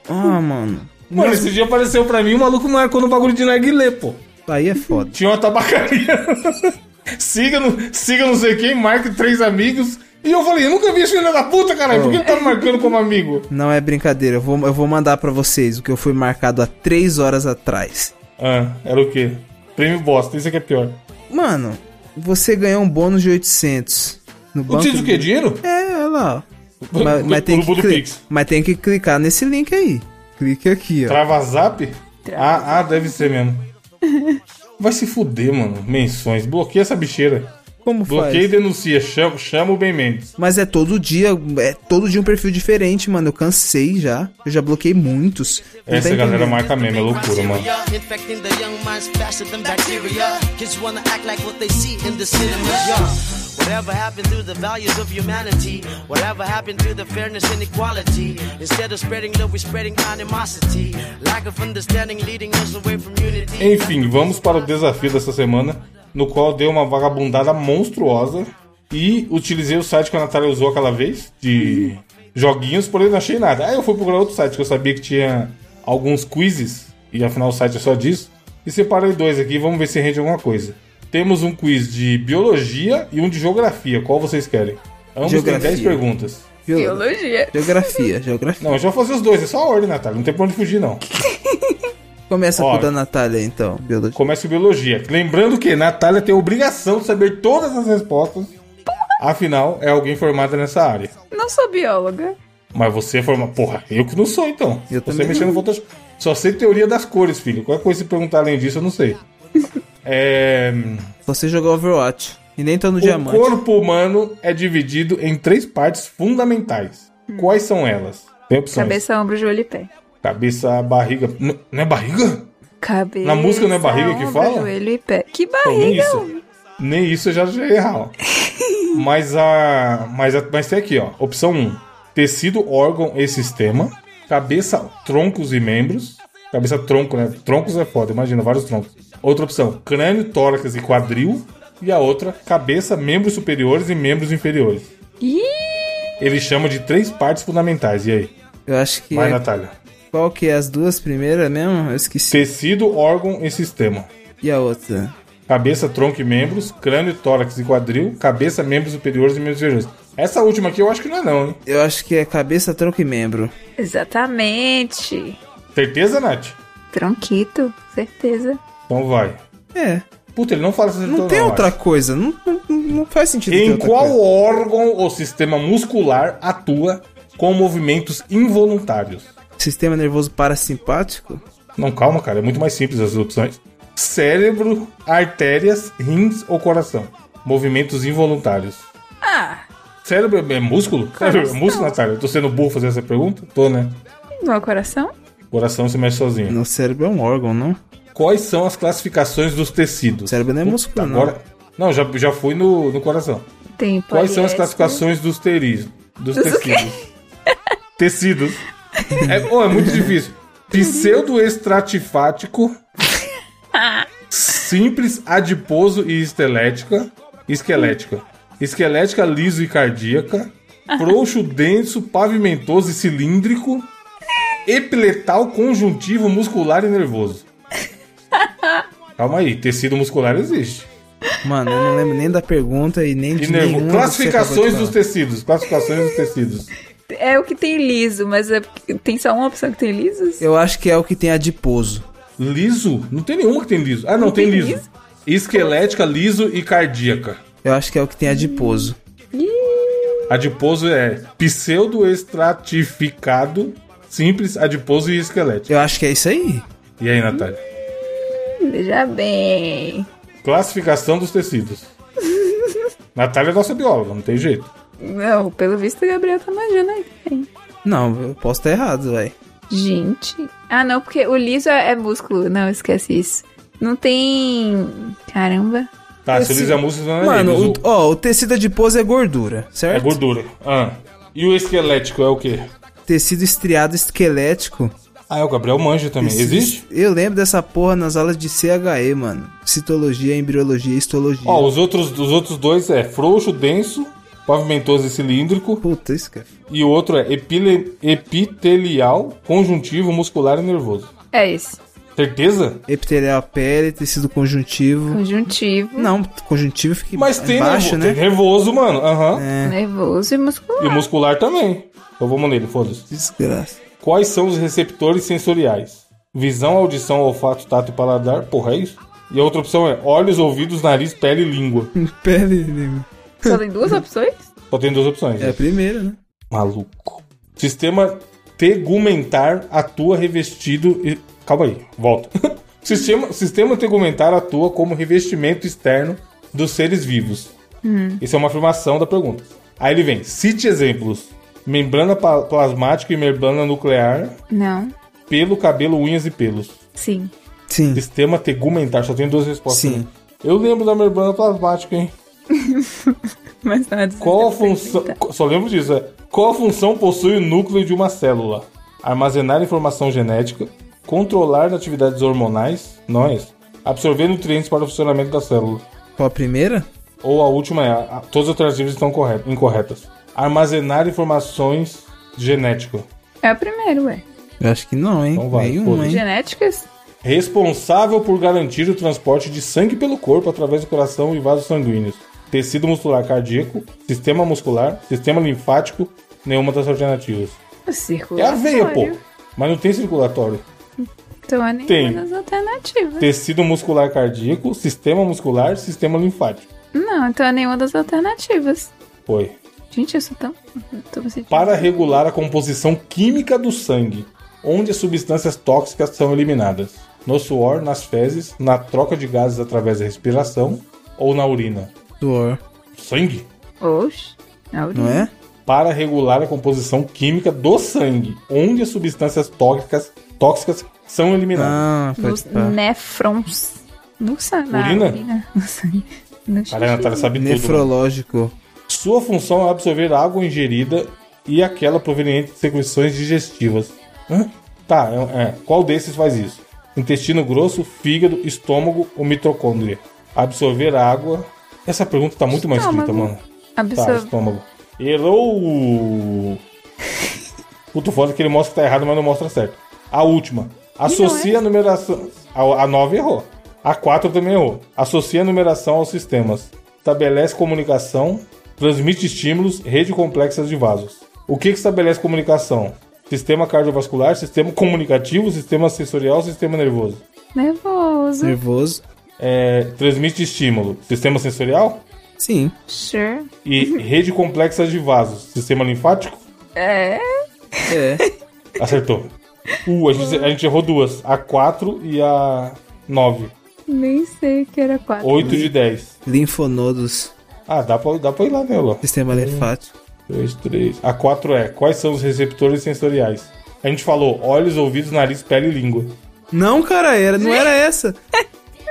S3: Ah, mano.
S1: Mano, esse dia apareceu pra mim, o maluco marcou no bagulho de narguilé, pô.
S3: Aí é foda.
S1: Tinha uma tabacaria. *laughs* siga, no, siga não sei quem, marque três amigos. E eu falei, eu nunca vi esse filho da puta, caralho. Por que ele tá me marcando como amigo?
S3: Não é brincadeira, eu vou, eu vou mandar pra vocês o que eu fui marcado há três horas atrás.
S1: Ah, era o quê? Prêmio bosta, isso aqui é pior.
S3: Mano, você ganhou um bônus de 800 no
S1: O
S3: banco.
S1: título o quê? Dinheiro?
S3: É, olha lá. ó.
S1: Do-
S3: mas,
S1: do-
S3: mas tem
S1: do-
S3: que
S1: do
S3: cli-
S1: Pix.
S3: mas tem que clicar nesse link aí. Clique aqui, ó.
S1: Trava zap? Ah, ah, deve ser
S3: *laughs*
S1: mesmo. Vai se fuder, mano. Menções. Bloqueia essa bicheira.
S3: Como
S1: Bloqueia e
S3: faz?
S1: denuncia. Chama, chama o Ben Mendes.
S3: Mas é todo dia, é todo dia um perfil diferente, mano. Eu cansei já. Eu já bloqueei muitos. Não
S1: Essa
S3: tá
S1: galera
S3: entendendo.
S1: marca mesmo, é loucura, mano.
S5: Infecting the young minds faster than bacteria. Kids wanna act like what they see in the cinemas. Yeah. Whatever happened to the values of humanity? Whatever happened to the fairness and equality? Instead of spreading love, we're spreading animosity. Lack of understanding leading us away from unity.
S1: Enfim, vamos para o desafio dessa semana, no qual eu dei uma vagabundada monstruosa. E utilizei o site que a Natália usou aquela vez, de joguinhos, porém não achei nada. Aí eu fui procurar outro site que eu sabia que tinha alguns quizzes, e afinal o site é só disso. E separei dois aqui, vamos ver se rende alguma coisa. Temos um quiz de biologia e um de geografia. Qual vocês querem? Ambos têm
S3: Geografia.
S1: 10 perguntas.
S3: Viol-
S2: Biologia.
S3: Geografia, geografia.
S1: Não, eu já vou fazer os dois, é só a ordem, Natália. Não tem pra onde fugir, não.
S3: Começa
S1: Ó.
S3: com o da Natália, então. Biologia.
S1: Começa com biologia. Lembrando que Natália tem a obrigação de saber todas as respostas. Afinal, é alguém formada nessa área.
S2: Não sou bióloga.
S1: Mas você é formada. Porra, eu que não sou, então.
S3: Eu
S1: você
S3: também
S1: mexendo no Photoshop. Só sei teoria das cores, filho. Qualquer coisa se perguntar além disso, eu não
S3: *laughs*
S1: sei. É...
S3: Você jogou Overwatch. E nem tá no
S1: O
S3: diamante.
S1: corpo humano é dividido em três partes fundamentais.
S3: Hum.
S1: Quais são elas? Tem opções.
S2: Cabeça, ombro, joelho e pé.
S1: Cabeça, barriga. N- não é barriga?
S2: Cabeça.
S1: Na música não é barriga que
S2: ombro,
S1: fala?
S2: joelho e pé. Que
S1: Não, nem
S2: barriga?
S1: isso. Nem isso eu já, já ia errar, ó. mas a. Mas, a, mas tem aqui, ó. Opção 1: tecido, órgão e sistema. Cabeça, troncos e membros. Cabeça, tronco, né? Troncos é foda, imagina, vários troncos. Outra opção: crânio, tórax e quadril. E a outra: cabeça, membros superiores e membros inferiores.
S2: Ih,
S1: Ele chama de três partes fundamentais. E aí?
S3: Eu acho que.
S1: Vai,
S3: é-
S1: Natália.
S3: Qual que é as duas primeiras mesmo? Eu esqueci.
S1: Tecido, órgão e sistema.
S3: E a outra?
S1: Cabeça, tronco e membros, crânio, tórax e quadril, cabeça, membros superiores e membros inferiores. Essa última aqui eu acho que não é não, hein?
S3: Eu acho que é cabeça, tronco e membro.
S2: exatamente.
S1: Certeza, Nath?
S2: Tronquito, certeza.
S1: Então vai.
S3: É.
S1: Puta, ele não fala essa
S3: Não tem outra coisa. Não, não, não faz sentido. ter
S1: Em
S3: outra
S1: qual
S3: coisa.
S1: órgão ou sistema muscular atua com movimentos involuntários?
S3: Sistema nervoso parasimpático?
S1: Não, calma, cara. É muito mais simples as opções. Cérebro, artérias, rins ou coração? Movimentos involuntários.
S2: Ah,
S1: Cérebro é- é músculo? Cérebro é músculo, Natália? Eu tô sendo burro fazer essa pergunta? Tô, né?
S2: meu coração?
S1: Coração se mexe sozinho.
S3: No cérebro é um órgão, não?
S1: Quais são as classificações dos
S3: O
S1: tecidos?
S3: cérebro não é músculo, não.
S1: Agora. Não, já, já fui no, no coração.
S2: Tem
S1: Quais são as
S2: poliéster.
S1: classificações dos, teri, dos
S2: Dos o quê?
S1: tecidos? Tecidos. *laughs* É, oh, é muito difícil. Pseudoestratifático. Simples, adiposo e esquelética. Esquelética. Esquelética, liso e cardíaca. Frouxo, denso, pavimentoso e cilíndrico. Epiletal, conjuntivo, muscular e nervoso. Calma aí, tecido muscular existe.
S3: Mano, eu não lembro nem da pergunta e nem
S1: E
S3: de
S1: nervo-
S3: nenhum.
S1: Classificações dos tecidos.
S3: tecidos.
S1: Classificações dos tecidos.
S2: É o que tem liso, mas é porque tem só uma opção que tem lisos?
S3: Eu acho que é o que tem adiposo.
S1: Liso? Não tem nenhuma que tem liso. Ah, não, tem, liso. Esquelética, liso e cardíaca.
S3: Eu acho que é o que tem adiposo.
S1: Adiposo é pseudoestratificado, simples, adiposo e esquelético.
S3: Eu acho que é isso aí.
S1: E aí, Natália?
S2: Veja bem.
S1: Classificação dos *laughs* tecidos. Natália é nossa bióloga, não tem jeito.
S2: Não, pelo visto o Gabriel tá manjando aí. hein?
S3: Não, eu posso estar errado, velho.
S2: Gente. Ah, não, porque o liso é é músculo. Não, esquece isso. Não tem. Caramba.
S1: Tá, se
S3: Esse-
S1: liso é músculo, não é
S3: Mano,
S1: liso.
S3: o, ó, o tecido adiposo é gordura,
S1: É
S3: certo?
S1: gordura. Ah. E o esquelético é o quê?
S3: Tecido estriado esquelético.
S1: Ah, é o Gabriel manja também. Existe?
S3: Eu lembro dessa porra nas aulas de CHE, mano. Citologia, embriologia, histologia.
S1: Ó, os outros, os outros dois é frouxo, denso, pavimentoso e cilíndrico.
S3: Puta, isso que é...
S1: E o outro é epile- epitelial, conjuntivo, muscular e nervoso.
S2: É esse.
S1: Certeza?
S3: Epitelial pele, tecido conjuntivo.
S2: Conjuntivo,
S3: Não, conjuntivo fica
S1: Mas
S3: emba-
S1: tem,
S3: embaixo,
S1: nervo-
S3: né?
S1: tem nervoso, mano. Aham.
S2: É. nervoso e muscular.
S1: É. E muscular também. Então vamos nele, foda-se.
S3: Desgraça. *laughs*
S1: Quais são os receptores sensoriais? Visão, audição, olfato, tato e paladar. Porra, é isso? E a outra opção é olhos, ouvidos, nariz, pele e língua.
S3: Pele, né?
S2: Só tem duas opções?
S1: Só tem duas opções.
S3: É a primeira, né?
S1: Maluco. Sistema tegumentar atua revestido. e- Calma aí, volta. *laughs* sistema, sistema tegumentar atua como revestimento externo dos seres vivos. Isso é uma afirmação da pergunta. Aí ele vem: cite exemplos. Membrana pa- plasmática e membrana nuclear,
S2: Não.
S1: pelo, cabelo, unhas e pelos.
S2: Sim.
S3: Sim.
S1: Sistema tegumentar, só tem duas respostas.
S3: Sim.
S1: né? Eu lembro da membrana plasmática, hein?
S2: *laughs* Mas não é de
S1: Qual a
S2: 60%.
S1: função. co- Só lembro disso, é. Qual a função possui o núcleo de uma célula? Armazenar informação genética, controlar é atividades hormonais, nós, absorver nutrientes para o funcionamento da célula.
S3: Qual a primeira?
S1: ou a última é, a- a- todas as alternativas estão corretas, incorretas. Armazenar informações genética.
S2: É o primeiro, ué.
S3: Eu acho que não, hein?
S1: Então vai,
S3: Nenhum,
S1: foda-se.
S3: hein?
S2: Genéticas?
S1: Responsável por garantir o transporte de sangue pelo corpo através do coração e vasos sanguíneos. Tecido muscular cardíaco, sistema muscular, sistema linfático, nenhuma das alternativas. É a
S2: Circulatório.
S1: veia, pô. Mas não tem circulatório.
S2: Então é nenhuma
S1: Tem.
S2: das alternativas.
S1: Tecido muscular cardíaco, sistema muscular, sistema linfático.
S2: Não, então é nenhuma das alternativas.
S1: Foi.
S2: Gente, eu sou tão... Tô me sentindo...
S1: Para regular a composição química do sangue, onde as substâncias tóxicas são eliminadas. No suor, nas fezes, na troca de gases através da respiração ou na urina.
S3: Suor,
S1: Sangue?
S2: Oxe. a
S3: não
S2: urina.
S3: é?
S1: para regular a composição química do sangue, onde as substâncias tóxicas, tóxicas são eliminadas.
S3: Ah,
S2: Nos né-
S3: pode pá.
S2: nefrons. No sangue. Na
S1: Urina?
S2: urina. No sangue. No
S1: Caralho, a Natália
S2: xixi.
S1: sabe tudo. né?
S3: Nefrológico.
S1: Sua função é absorver a água ingerida e aquela proveniente de secreções digestivas. Hã? Tá, é, é. qual desses faz isso? Intestino grosso, fígado, estômago ou mitocôndria? Absorver a água. Essa pergunta tá muito mais escrita,
S2: Estômago.
S1: mano. Tá,
S2: Absorve.
S1: estômago. Errou! Puto foda que ele mostra que tá errado, mas não mostra certo. A última. Associa a numeração. A, a 9 errou. A 4 também errou. Associa a numeração aos sistemas. Estabelece comunicação. Transmite estímulos. Rede complexa de vasos. O que, que estabelece comunicação? Sistema cardiovascular, sistema comunicativo, sistema sensorial, sistema nervoso.
S2: Nervoso.
S3: Nervoso.
S1: É, transmite estímulo. Sistema sensorial?
S3: Sim.
S2: Sure.
S1: E rede complexa de vasos. Sistema linfático?
S2: É.
S3: É.
S1: Acertou. Uh, a gente, a gente errou duas. A 4 e a 9.
S2: Nem sei que era quatro.
S1: 8 de 10.
S3: *laughs* Linfonodos.
S1: Ah, dá pra, dá pra ir lá nela.
S3: Sistema linfático.
S1: 2, 3. A 4 é: Quais são os receptores sensoriais? A gente falou olhos, ouvidos, nariz, pele e língua.
S3: Não, cara, era, não era essa.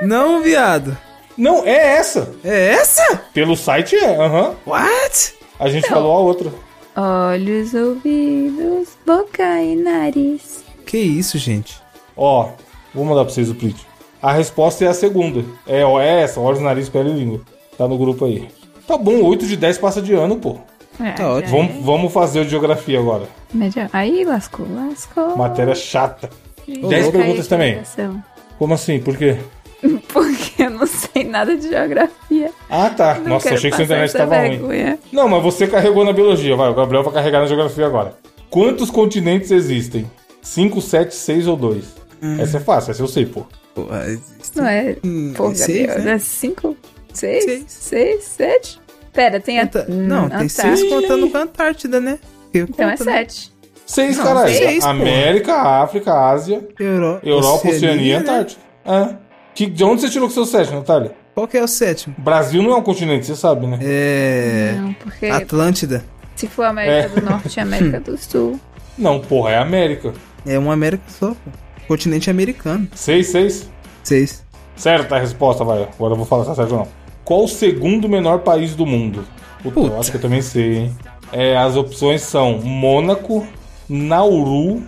S3: Não, viado.
S1: Não, é essa!
S3: É essa?
S1: Pelo site é, aham.
S3: What?
S1: A gente falou a outra.
S2: Olhos, ouvidos, boca e nariz.
S3: Que isso, gente?
S1: Ó, vou mandar pra vocês o print. A resposta é a segunda. É, ó, é essa: olhos, nariz, pele e língua. Tá no grupo aí. Tá bom, 8 de 10 passa de ano, pô.
S2: É,
S3: Tá ótimo.
S1: Vamos, vamos fazer o de geografia agora.
S2: Média- Aí lascou, lascou.
S1: Matéria chata.
S2: Gente,
S1: 10
S2: caiu
S1: perguntas
S2: a
S1: também.
S2: concentração.
S1: Como assim? Por quê?
S2: *laughs* Porque eu não sei nada de geografia.
S1: Ah, tá.
S2: Não
S1: Nossa,
S2: quero
S1: achei que sua
S2: passar
S1: internet
S2: essa
S1: tava ruim.
S2: vergonha.
S1: Não, mas você carregou na biologia. Vai, o Gabriel vai carregar na geografia agora. Quantos continentes existem? 5, 7, 6 ou 2?
S3: Hum.
S1: Essa é fácil, essa eu sei, pô.
S3: Pô, existe-
S2: Não é?
S3: Hum,
S2: Pô,
S3: é seis,
S2: Gabriel,
S3: né?
S2: é cinco, seis,
S3: Seis.
S2: seis, sete. Pera, tem é a... hum,
S3: Conta- Não, tem
S2: Antártida.
S3: seis né? contando com a Antártida, né?
S2: Então é sete.
S1: 6,
S3: Não,
S1: caralho.
S3: seis, pô.
S1: América, África, Ásia, Europa, Oceania e
S3: né?
S1: Antártica. É. Que, de onde você tirou que seu 7, Natália?
S3: Qual que é o sétimo?
S1: Brasil não é um continente, você sabe, né?
S3: É.
S2: Não, porque
S3: Atlântida.
S2: se for América
S1: É.
S2: do Norte e América do
S3: *laughs*
S2: Sul...
S1: Não, porra, é América.
S3: É uma América só, pô. Continente americano.
S1: 6, 6.
S3: Seis.
S1: Certa a resposta, vai. Agora eu vou falar se é certo ou não. Qual o segundo menor país do mundo? Puta,
S3: Puta.
S1: eu acho que eu também sei, hein? É, as opções são Mônaco, Nauru,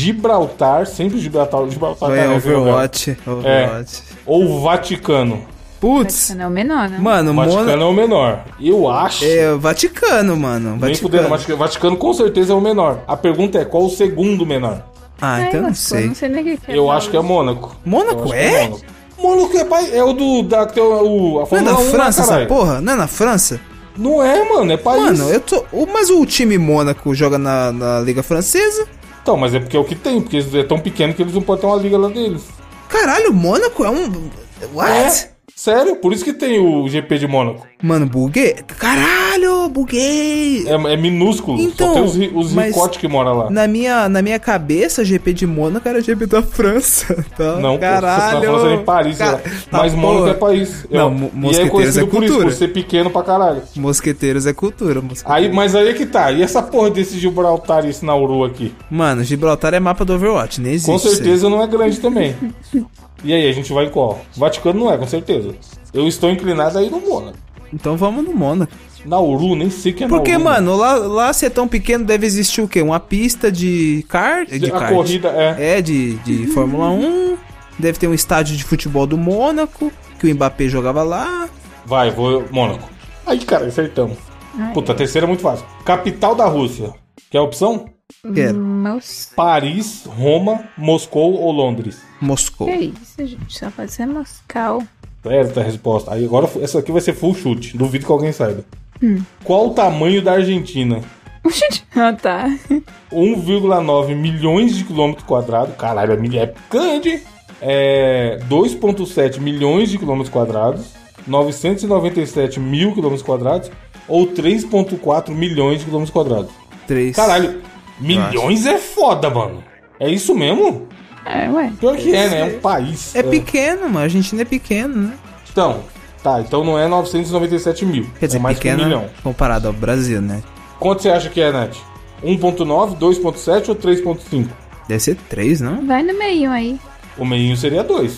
S1: Gibraltar, sempre Gibraltar, Gibraltar tá
S3: Vai,
S1: caralho,
S3: Overwatch.
S1: É.
S3: Overwatch.
S1: né? Ou Vaticano.
S3: Putz.
S2: Vaticano é o menor, né?
S3: Mano,
S1: Vaticano
S3: Mono...
S1: é o menor. Eu acho.
S3: É, Vaticano, mano.
S1: Nem fudendo,
S3: Vaticano.
S1: Vaticano. Vaticano com certeza é o menor. A pergunta é qual o segundo menor?
S3: Ah,
S2: Ai,
S3: então eu não
S2: lascou,
S3: sei.
S2: É, Não sei nem o que que é.
S1: Eu acho que é Mônaco. Eu acho
S3: Mônaco
S1: que
S3: é?
S1: Mônaco. Mônaco é, pai, é o do. Da, que tem o, a
S3: Não é
S1: Fórmula
S3: na
S1: 1 lá,
S3: França essa
S1: caralho.
S3: porra? Não é na França?
S1: Não é, mano, é país.
S3: Mano, eu tô. o- Mas o time Mônaco joga na, na Liga Francesa?
S1: Então, mas é porque é o que tem, porque eles é tão pequeno que eles não podem ter uma liga lá deles.
S3: Caralho, o Mônaco é um. What?
S1: É? Sério, por isso que tem o GP de Mônaco.
S3: Mano, buguei. Caralho, buguei.
S1: É, é minúsculo,
S3: Então,
S1: só tem os, ri- os
S3: mas-
S1: ricotes que moram lá.
S3: Na minha, na minha cabeça, GP de Mônaco era GP da França. *laughs* Tá?
S1: Não, pô,
S3: caralho.
S1: você tá falando em Paris, sei lá.
S3: Tá,
S1: mas Mônaco
S3: porra.
S1: é país. É-
S3: Não,
S1: e é
S3: mosqueteiros
S1: conhecido
S3: é
S1: por isso, por
S3: cultura.
S1: ser pequeno pra caralho.
S3: Mosqueteiros é cultura, mosqueteiros.
S1: Aí, mas aí é que tá. E essa porra desse Gibraltar e esse Nauru aqui?
S3: Mano, Gibraltar é mapa do Overwatch, nem existe.
S1: Com
S3: isso aí.
S1: certeza não é grande também. E aí, a gente vai em qual? Vaticano não é, com certeza. Eu estou inclinado aí no Mônaco.
S3: Então vamos no Mônaco.
S1: Nauru, nem sei que é
S3: Porque,
S1: Nauru.
S3: mano, lá, lá se é tão pequeno, deve existir o quê? Uma pista de kart? De
S1: a
S3: kart.
S1: corrida é.
S3: É, de, de um Fórmula 1. Deve ter um estádio de futebol do Mônaco, que o Mbappé jogava lá.
S1: Vai, vou. Mônaco. Aí, cara, acertamos. Puta, a terceira é muito fácil. Capital da Rússia. Quer a opção?
S2: é Hum.
S3: Quero.
S2: Nossa,
S1: Paris, Roma, Moscou ou Londres?
S3: Moscou.
S2: que é isso, gente? Só pode ser Moscou.
S1: Certa resposta. Aí agora essa aqui vai ser full chute. Duvido que alguém saiba. Qual o tamanho da Argentina?
S2: *laughs* Gente, ah, tá. *laughs*
S1: 1,9 milhões de quilômetros quadrados. Caralho, a milha é grande. hein? É 2,7 milhões de quilômetros quadrados. 997 mil quilômetros quadrados. Ou 3,4 milhões de quilômetros quadrados.
S3: Três.
S1: Caralho, milhões é foda, mano. É isso mesmo?
S2: É, ué.
S1: Pior que é, né? É um país.
S3: É pequeno, mano. A Argentina é pequeno, né?
S1: Então, tá. Então não é 997 mil.
S3: Quer dizer, né?
S1: é mais que um
S3: pequeno
S1: milhão.
S3: comparado ao Brasil, né?
S1: Quanto você acha que é, Nath? 1.9, 2.7 ou 3.5?
S3: Deve ser três, não?
S2: Vai no meio aí.
S1: O meinho seria 2.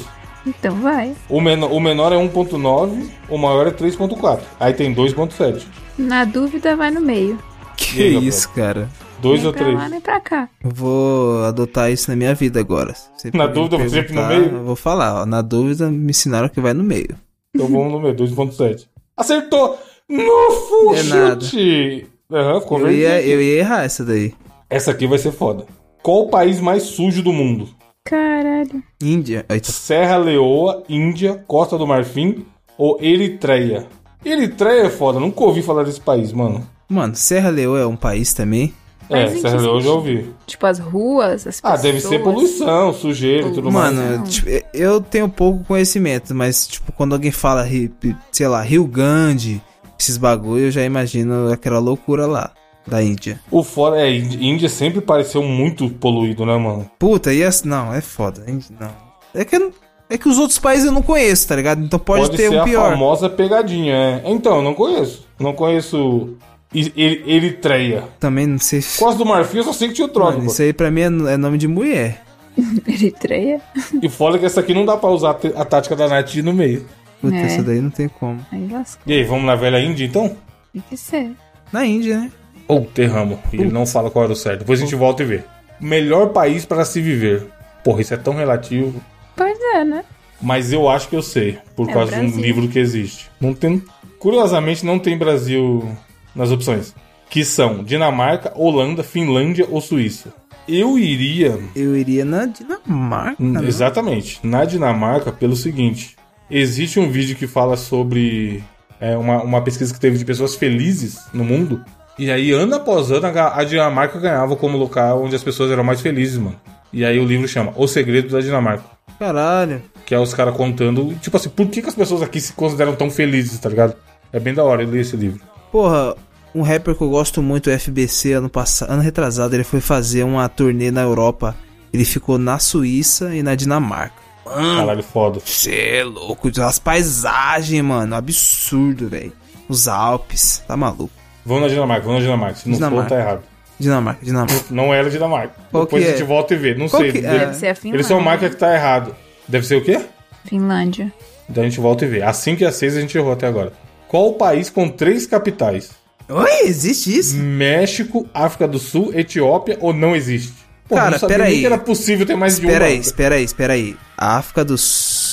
S2: Então vai.
S1: O, meno- o menor é 1.9, o maior é 3.4. Aí tem 2.7.
S2: Na dúvida, vai no meio.
S3: Que
S1: aí,
S3: isso, cara.
S1: 2
S2: nem
S1: ou
S2: pra lá,
S1: 3.
S2: nem pra cá.
S3: Eu vou adotar isso na minha vida agora. Sempre
S1: Na
S3: me
S1: dúvida, você sempre no
S3: perguntar,
S1: meio?
S3: Eu vou falar, ó. Na dúvida, me ensinaram que vai no meio.
S1: Então vamos no meio, 2.7. Acertou! No full
S3: É nada.
S1: chute! Aham, ficou
S3: Eu ia,
S1: verde.
S3: eu ia errar essa daí.
S1: Essa aqui vai ser foda. Qual o país mais sujo do mundo?
S2: Caralho.
S3: Índia. Eita,
S1: Serra Leoa, Índia, Costa do Marfim ou Eritreia? Eritreia é foda, nunca ouvi falar desse país, mano.
S3: Mano, Serra Leoa é um país também.
S1: É,
S2: Mas em
S1: Serra
S2: que
S1: Leoa eu já ouvi.
S2: Tipo, as ruas, as
S1: Ah,
S2: pessoas.
S1: deve ser poluição, sujeira e tudo mais.
S3: Mano, tipo, eu tenho pouco conhecimento, mas, tipo, quando alguém fala, Ri- sei lá, Rio Grande, esses bagulho, eu já imagino aquela loucura lá, da Índia.
S1: O foda é, Índia Índia sempre pareceu muito poluído, né, mano?
S3: Puta, e as... Não, é foda. hein? Não. É que, eu não- é que os outros países eu não conheço, tá ligado? Então pode, ter
S1: ser
S3: um
S1: a
S3: pior.
S1: famosa pegadinha, é. Então, eu não conheço. Não conheço I- I- Eritreia.
S3: Também não sei. se-
S1: Costa do Marfim eu só sei que tinha o
S3: Mano,
S1: trópico.
S3: isso aí pra mim é, n- é nome de mulher.
S2: *laughs* Eritreia.
S3: é
S1: E foda que essa aqui não dá pra usar a t- a tática da Nath no meio.
S3: Puta,
S2: É.
S3: isso daí não tem como.
S2: Aí lasca.
S1: E aí, vamos na velha Índia, então?
S2: Tem que ser.
S3: Na Índia, né?
S1: Ou Terramo. E ele não fala qual era o certo. Depois a gente volta e vê. Melhor país para se viver. Porra, isso é tão relativo.
S2: Pois é, né?
S1: Mas eu acho que eu sei, por
S2: É,
S1: causa de um
S2: Brasil.
S1: livro que existe. Não tem. Curiosamente, não tem Brasil nas opções. Que são Dinamarca, Holanda, Finlândia ou Suíça. Eu iria.
S3: Eu iria na Dinamarca.
S1: Hum,
S3: né?
S1: Uhum. Exatamente. Na Dinamarca, pelo seguinte: existe um vídeo que fala sobre é, uma, uma pesquisa que teve de pessoas felizes no mundo. E aí, ano após ano, a a Dinamarca ganhava como local onde as pessoas eram mais felizes, mano. E aí o livro chama O Segredo da Dinamarca.
S3: Caralho.
S1: Que é os caras contando, tipo assim, por que, que as pessoas aqui se consideram tão felizes, tá ligado? É bem da hora eu li esse livro.
S3: Porra, um rapper que eu gosto muito, o FBC, ano passado, ano retrasado, ele foi fazer uma turnê na Europa. Ele ficou na Suíça e na Dinamarca. Ah.
S1: Caralho, foda.
S3: Cê é louco, as paisagens, mano, absurdo, velho. Os Alpes, tá maluco.
S1: Vamos na Dinamarca, vamos na Dinamarca. Se não
S3: Dinamarca.
S1: for, tá errado.
S3: Dinamarca, Dinamarca.
S1: Não era Dinamarca.
S3: Qual
S1: Depois
S3: que
S1: a
S3: é?
S1: gente volta e vê. Não
S3: Qual
S1: sei.
S3: que-
S1: Ele-
S3: É.
S2: Deve ser a Finlândia.
S1: Eles são marca que tá errado. Deve ser o quê?
S2: Finlândia.
S1: Daí a gente volta e vê. Assim que a 6 a gente errou até agora. Qual o país com três capitais?
S3: Oi, existe isso?
S1: México, África do Sul, Etiópia ou não existe? Pô,
S3: Cara,
S1: não sabia
S3: pera
S1: nem
S3: aí.
S1: que era possível ter mais de uma.
S3: Espera aí, espera aí, espera aí. A África do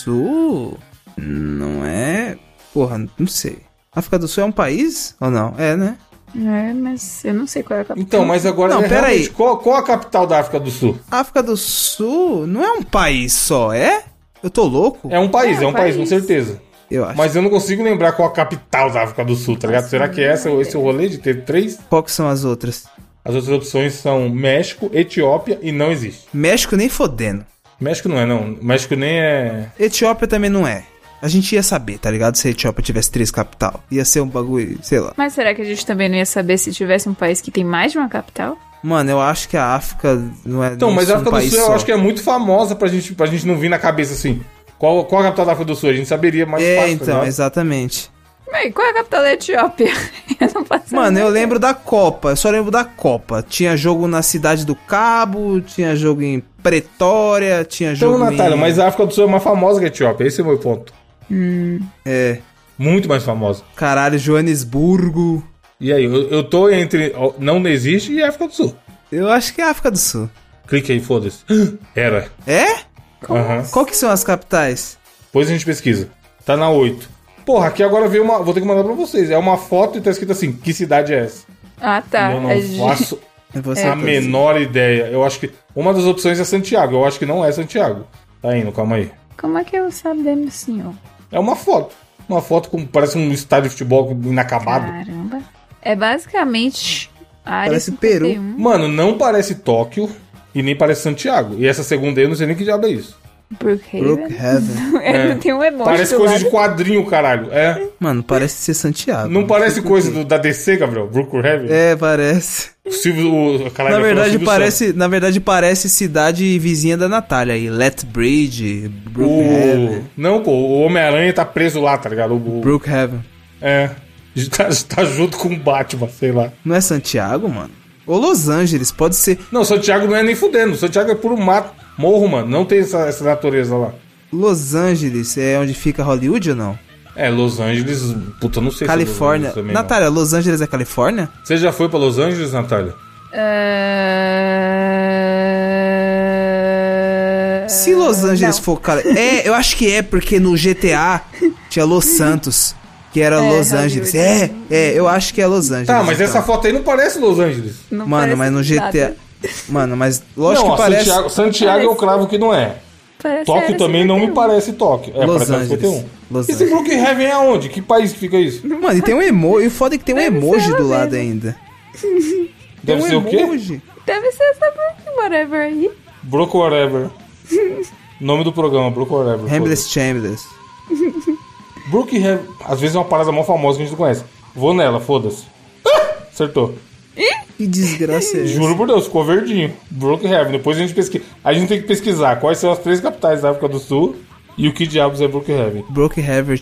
S3: Sul não é... Porra, não sei. A África do Sul é um país? Ou não? É, né?
S2: É, mas eu não sei qual é a capital.
S1: Então, mas agora...
S3: Não,
S1: é
S3: pera aí.
S1: realmente- Qual, qual a capital da África do Sul?
S3: A África do Sul não é um país só, é? Eu tô louco?
S1: É um país,
S2: É,
S1: é, um país, com
S2: país.
S1: certeza.
S3: Eu acho.
S1: Mas eu não consigo lembrar qual a capital da África do Sul, tá ligado? Será que é essa, esse é o rolê de ter três?
S3: Qual que são as outras?
S1: As outras opções são México, Etiópia e não existe.
S3: México nem fodendo.
S1: México não é, não. México nem é.
S3: Etiópia também não é. A gente ia saber, tá ligado? Se a Etiópia tivesse três capital. Ia ser um bagulho, sei lá.
S2: Mas será que a gente também não ia saber se tivesse um país que tem mais de uma capital?
S3: Mano, eu acho que a África não é.
S1: Então,
S3: não
S1: mas
S3: é
S1: a
S3: um
S1: África do
S3: país
S1: Sul eu
S3: só.
S1: acho que é muito famosa pra gente, pra gente não vir na cabeça assim. Qual, qual a capital da África do Sul? A gente saberia mais
S3: É,
S1: fácil.
S3: então,
S1: né?
S3: exatamente.
S2: Mas qual é a capital da Etiópia? *laughs* Eu não faço
S3: Mano, eu
S2: ideia.
S3: lembro da Copa. Eu só lembro da Copa. Tinha jogo na Cidade do Cabo, tinha jogo em Pretória, tinha
S1: Então,
S3: jogo.
S1: Natália,
S3: em...
S1: mas a África do Sul é mais famosa que a Etiópia. Esse é o meu ponto.
S3: É.
S1: Muito mais famosa.
S3: Caralho, Joanesburgo.
S1: E aí, eu, eu tô entre ó, Não Existe e é África do Sul.
S3: Eu acho que é a África do Sul.
S1: Clique aí, foda-se. *gasps* Era.
S3: É?
S1: Aham.
S2: assim?
S3: Qual que são as capitais?
S1: Depois a gente pesquisa. Tá na 8. Porra, aqui agora veio uma. Vou ter que mandar pra vocês. É uma foto e tá escrito assim: que cidade é essa?
S2: Ah, tá.
S1: eu não
S2: A gente-
S1: faço
S3: É você,
S1: a
S3: Thaís.
S1: menor ideia. Eu acho que. Uma das opções é Santiago. Eu acho que não é Santiago. Tá indo, calma aí.
S2: *laughs* Como é que eu sabemos, senhor?
S1: É uma foto. Uma foto com. Parece um estádio de futebol inacabado.
S2: Caramba. É basicamente a área
S3: Parece
S2: 51.
S1: Mano, não parece Tóquio e nem parece Santiago. E essa segunda aí eu não sei nem que diabo é isso.
S2: *laughs* Brookhaven.
S3: Brookhaven.
S2: É, não tem um emoji
S1: parece
S2: do
S1: coisa
S2: lado.
S1: de quadrinho, caralho. É.
S3: Mano, parece ser Santiago.
S1: Não parece coisa do- da DC, Gabriel. Brookhaven.
S3: É, parece.
S1: O Silvio. O, caralho, eu ia falar
S3: Na verdade,
S1: Silvio
S3: parece, na verdade, parece cidade vizinha da Natália aí. Lethbridge,
S1: Santos.
S3: Brookhaven.
S1: O... Não, pô, o Homem-Aranha tá preso lá, tá ligado? O, o-
S3: Brookhaven.
S1: É. *laughs* Tá, tá junto com o Batman, sei lá.
S3: Não é Santiago, mano? Ou Los Angeles, pode ser.
S1: Não, Santiago não é nem fudendo. Santiago é puro mato. Morro, mano. Não tem essa, essa natureza lá.
S3: Los Angeles é onde fica Hollywood ou não?
S1: É, Los Angeles. Puta, não sei se é Los
S3: Califórnia.
S1: Angeles também, não.
S3: Natália, Los Angeles é Califórnia?
S1: Você já foi pra Los Angeles, Natália?
S2: É...
S3: Se Los Angeles
S2: não.
S3: for Cali... É, eu acho que é, porque no GTA tinha Los Santos, que era Los
S2: Hollywood.
S3: Angeles. É, é, eu acho que é Los Angeles.
S1: Tá, mas
S3: então.
S1: essa foto aí não parece Los Angeles.
S2: Não
S3: Mano,
S2: parece
S3: mas no
S2: nada.
S3: GTA... Mano, mas lógico
S1: não,
S3: que
S1: ó,
S3: parece...
S1: Santiago, Santiago é o cravo que não é.
S2: Parece
S1: Tóquio
S2: área
S1: também não me
S2: 51.
S1: parece Tóquio. É,
S3: Los
S1: parece área
S3: Angeles.
S1: 51.
S3: Los
S1: Esse
S3: Angeles.
S1: Brookhaven é onde? Que país que fica isso?
S3: Mano, e tem um emoji. E o foda é que tem um
S2: Deve ser
S3: emoji
S2: ela
S3: do lado
S2: mesmo.
S3: ainda. um
S1: Deve ser o quê?
S3: emoji.
S2: Deve ser essa Brook, whatever aí.
S1: Brook
S3: *laughs*
S1: Whatever. Nome do programa, Brook Whatever.
S3: Hamless Chambers.
S1: foda-se. Brookhaven. Às vezes é uma parada mó famosa que a gente não conhece. Vou nela, foda-se. *laughs* Ah! Acertou.
S3: Que
S2: *laughs*
S3: desgraça é essa?
S1: Juro por Deus, ficou verdinho. Brookhaven. Depois a gente pesquisa. A gente tem que pesquisar quais são as três capitais da África do Sul e o que diabos é Brookhaven.
S3: Brookhaven.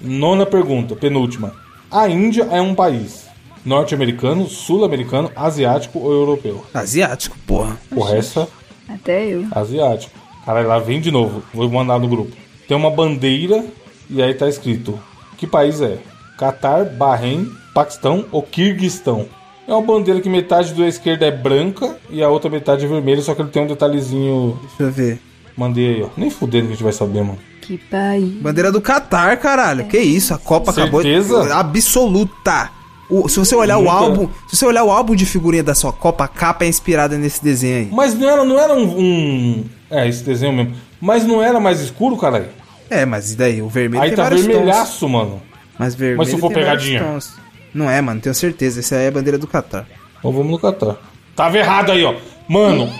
S1: Nona pergunta, penúltima. A Índia é um país norte-americano, sul-americano, asiático ou europeu? é
S3: Asiático, porra.
S1: Porra, essa
S2: Até eu.
S1: asiático. Caralho, lá vem de novo. Vou mandar no grupo. Tem uma bandeira e aí tá escrito: Que país é? Catar, Bahrein, Paquistão ou Kirguistão? É uma bandeira que metade da esquerda é branca e a outra metade é vermelha, só que ele tem um detalhezinho.
S3: Deixa eu ver.
S1: Mandei aí, ó. Nem fudendo que a gente vai saber, mano.
S2: Que país.
S3: Bandeira do Catar, caralho. Que isso? A Copa acabou.
S1: Certeza?
S3: Absoluta. O- se você olhar o
S1: Nunca.
S3: álbum, se você olhar o álbum de figurinha da sua Copa, a capa é inspirada nesse desenho
S1: Mas não era, não era um, um- É, esse desenho mesmo. Mas não era mais escuro, caralho?
S3: aí. É, mas e daí? O vermelho
S1: Aí
S3: tem
S1: tá
S3: vários tons.
S1: vermelhaço, mano.
S3: Mas vermelho
S1: Mas se for
S3: tem vários
S1: pegadinha?
S3: tons. Não é, mano, tenho certeza. Essa aí é a bandeira do Catar.
S1: Então vamos no Catar. Tava errado aí, ó. Mano,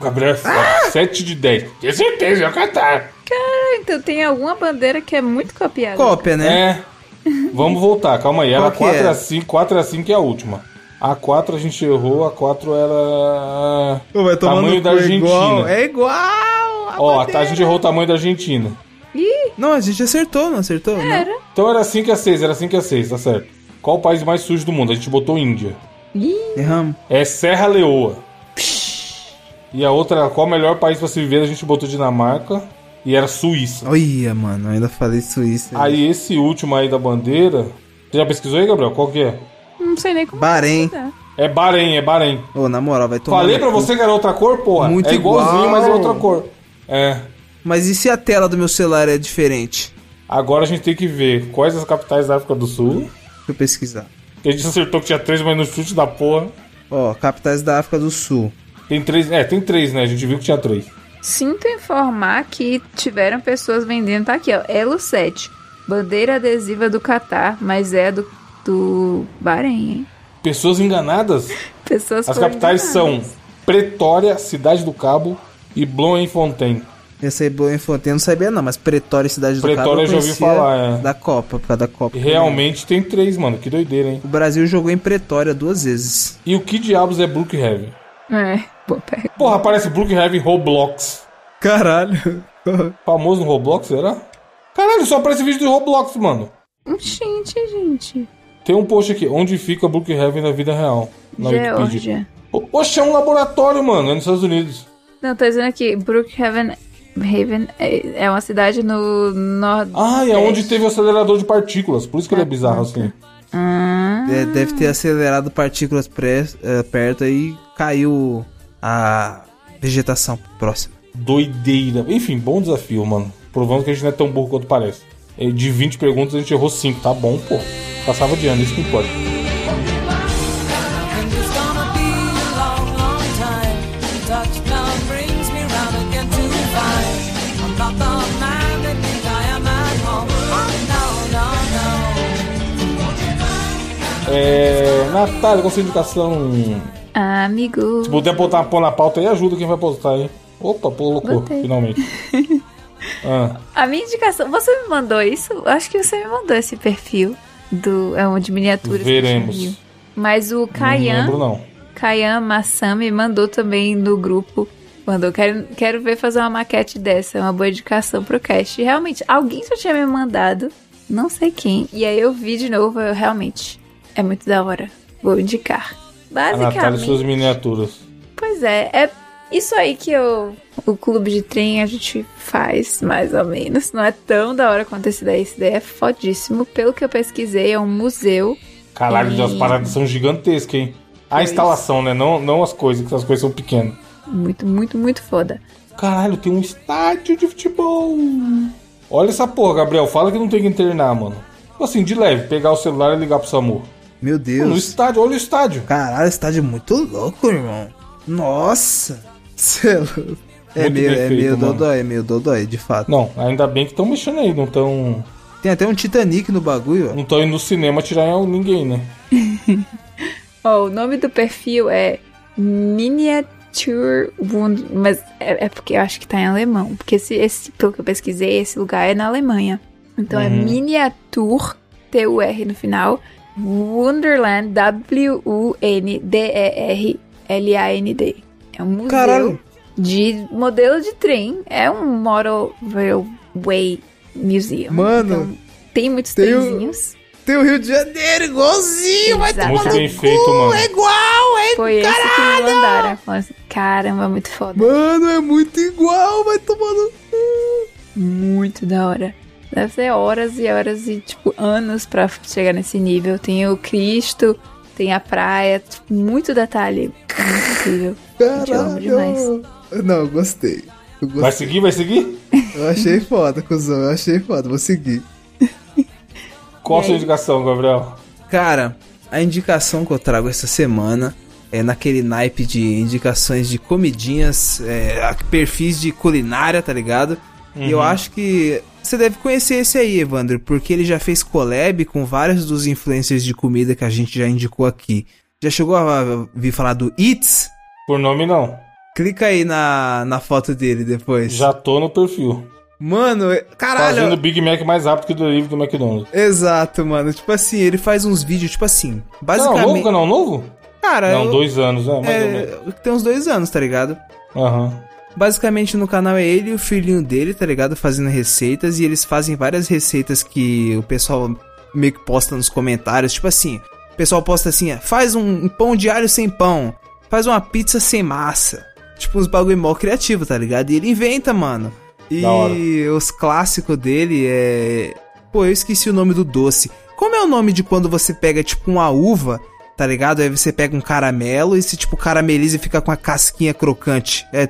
S1: o Gabriel é foda.
S3: Ah!
S1: 7 de 10. Tenho certeza, é o Catar.
S2: Cara, então tem alguma bandeira que é muito copiada.
S3: Cópia, né?
S1: É. Vamos voltar, calma aí. Era
S3: Qual que
S1: 4
S3: é?
S1: a 5, 4 a 5 é a última. A 4 a gente errou, a 4 era.
S3: Pô, vai tomar
S1: tamanho
S3: no
S1: da
S3: cu, é
S1: Argentina.
S3: Igual, é igual! a
S1: Ó,
S3: bandeira.
S1: a gente errou o tamanho da Argentina.
S2: Ih,
S3: Não, a gente acertou, não acertou? Não.
S2: era.
S1: Então era 5 a 6, era 5 a 6, tá certo. Qual o país mais sujo do mundo? A gente botou Índia.
S2: Ih,
S3: Erramos.
S1: É Serra Leoa. E a outra, qual o melhor país pra se viver? A gente botou Dinamarca e era Suíça.
S3: Olha, mano, eu ainda falei Suíça.
S1: Aí esse último aí da bandeira. Você já pesquisou aí, Gabriel? Qual que é?
S2: não sei nem como.
S3: Bahrein.
S2: tá.
S1: É Bahrein, é Bahrein.
S3: Ô, na moral, vai tomar.
S1: Falei
S3: no
S1: pra
S3: cu.
S1: você que era outra cor, porra.
S3: Muito
S1: é igualzinho,
S3: igual.
S1: mas é outra cor. É.
S3: Mas e se a tela do meu celular é diferente?
S1: Agora a gente tem que ver quais as capitais da África do Sul.
S3: Deixa eu pesquisar.
S1: A gente acertou que tinha três, mas no chute da porra.
S3: Ó, capitais da África do Sul.
S1: Tem três. É, tem três, né? A gente viu que tinha três.
S2: Sinto informar que tiveram pessoas vendendo. Tá aqui, ó. Elo 7. Bandeira adesiva do Catar, mas é do, do Bahrein, hein?
S1: Pessoas enganadas?
S2: Pessoas
S1: As
S2: foram
S1: capitais são
S2: enganadas.
S1: Pretória, Cidade do Cabo e Bloemfontein.
S3: Essa aí, Bloemfontein, eu não sabia não, mas Pretória e Cidade do
S1: Pretória
S3: Cabo
S1: eu já ouvi
S3: conhecia
S1: falar, é.
S3: Da Copa, por causa da Copa.
S1: E realmente tem três, mano. Que doideira, hein?
S3: O Brasil jogou em Pretória duas vezes.
S1: E o que diabos é Brookhaven?
S2: É, boa pergunta.
S1: Porra, parece Brookhaven Roblox.
S3: Caralho.
S1: Famoso no Roblox, será? Caralho, só aparece vídeo do Roblox, mano.
S2: Um gente, gente.
S1: Tem um post aqui. Onde fica Brookhaven na vida real? Na Wikipedia.
S2: Geórgia.
S1: O- Oxe, é um laboratório, mano. É nos Estados Unidos.
S2: Não, tá dizendo aqui, Brookhaven Haven é é uma cidade no norte.
S1: Ah, e é onde teve o acelerador de partículas. Por isso que ele é bizarro, assim.
S2: Ah,
S3: *laughs* É, deve ter acelerado partículas pré, eh, perto aí caiu a vegetação próxima.
S1: Doideira. Enfim, bom desafio, mano. Provando que a gente não é tão burro quanto parece. eh, de 20 perguntas a gente errou 5, tá bom, pô. Passava de ano, isso que importa.
S6: And it's gonna be a long, long time. The touchdown brings me round again to find I'm not the man that think I am at home. No, no, no.
S1: É, Natália, qual a sua indicação?
S2: Amigo.
S1: Se puder botar pôr na pauta aí, ajuda quem vai postar, hein? Opa, colocou,
S2: Botei.
S1: finalmente. Ah,
S2: A minha indicação, você me mandou isso? Acho que você me mandou esse perfil do é um de miniaturas. que eu
S1: Veremos.
S2: vi. Mas o
S1: não lembro,
S2: Kayan,
S1: não.
S2: Kayan Massam me mandou também no grupo. Mandou, quero, quero ver fazer uma maquete dessa, é uma boa indicação pro cast. E Realmente, alguém já tinha me mandado, não sei quem. E aí eu vi de novo, eu realmente, é muito da hora. Vou indicar.
S1: A Natália e
S2: Basicamente.
S1: suas miniaturas.
S2: Pois é, é isso aí que eu, o clube de trem a gente faz, mais ou menos. Não é tão da hora quanto esse daí. Esse daí é fodíssimo. Pelo que eu pesquisei, é um museu.
S1: Caralho,
S2: Sim.
S1: as paradas são gigantescas, hein? A instalação, né? Não, não as coisas, que as coisas são pequenas.
S2: Muito, muito, muito foda.
S1: Caralho, tem um estádio de futebol. Olha essa porra, Gabriel. Fala que não tem que internar, mano. Tipo Assim, de leve, pegar o celular e ligar pro SAMU.
S3: Meu
S1: Pô, no
S3: Deus.
S1: estádio, olha o estádio.
S3: Caralho, esse estádio é muito louco, irmão. Nossa. Cê é louco. É
S1: Muito
S3: meio, é
S1: perfeito,
S3: meio
S1: mano.
S3: dodói, é meio dodói, de fato.
S1: Não, ainda bem que estão mexendo aí, não estão
S3: Tem até um Titanic no bagulho, ó.
S1: não tão indo no cinema tirar ninguém, né?
S2: Ó, o nome do perfil é Miniature Wund... Mas é, é porque eu acho que tá em alemão. Porque esse, esse, pelo que eu pesquisei, esse lugar é na Alemanha. Então
S3: Uhum.
S2: é Miniature, T-U-R no final, Wonderland, W-U-N-D-E-R-L-A-N-D. É um museu
S3: Caralho.
S2: de modelo de trem. É um Model Railway Museum.
S3: Mano,
S2: Então, tem muitos
S3: tem o-
S2: trenzinhos.
S3: Tem o Rio de Janeiro, igualzinho, vai
S2: Exato.
S3: tomar
S1: Muito
S3: no
S1: bem
S3: cu,
S1: feito, mano.
S3: é igual, é
S2: Foi esse que me mandaram. Falando assim, caramba, muito foda.
S3: Mano, é muito igual, vai tomar no cu.
S2: Muito da hora. Deve ser horas e horas e, tipo, anos pra chegar nesse nível. Tem o Cristo, tem a praia, tipo, muito detalhe. Muito incrível. Gente, eu amo demais.
S3: Caralho. Não, eu gostei. Eu,
S1: Vai
S3: gostei.
S1: seguir, vai seguir?
S3: eu achei foda, cuzão, eu achei foda, vou seguir.
S1: Qual a sua indicação, Gabriel?
S3: Cara, a indicação que eu trago essa semana é naquele naipe de indicações de comidinhas, é, a- perfis de culinária, tá ligado? E
S1: Uhum.
S3: eu acho que você deve conhecer esse aí, Evandro, porque ele já fez collab com vários dos influencers de comida que a gente já indicou aqui. Já chegou a vir falar do Eats?
S1: Por nome, não.
S3: Clica aí na, na foto dele depois.
S1: Já tô no perfil.
S3: Mano, é- caralho!
S1: Fazendo Big Mac mais rápido que o delivery do McDonald's.
S3: Exato, mano. Tipo assim, ele faz uns vídeos, tipo assim,
S1: Canal novo?
S3: basicamente.
S1: Canal novo?
S3: Cara,
S1: Tá né? Não,
S3: eu-
S1: dois anos, né? Mais ou menos.
S3: É, tem uns dois anos, tá ligado?
S1: Aham.
S3: Basicamente no canal é ele e o filhinho dele, tá ligado? Fazendo receitas e eles fazem várias receitas que o pessoal meio que posta nos comentários. Tipo assim, o pessoal posta assim: ó, faz um um pão de alho sem pão, faz uma pizza sem massa. Tipo uns bagulho mó criativo, tá ligado? E ele inventa, mano. E
S1: Da hora.
S3: os clássicos dele é. Pô, eu esqueci o nome do doce. Como é o nome de quando você pega, tipo, uma uva, tá ligado? Aí você pega um caramelo e se, tipo, carameliza e fica com a casquinha crocante. É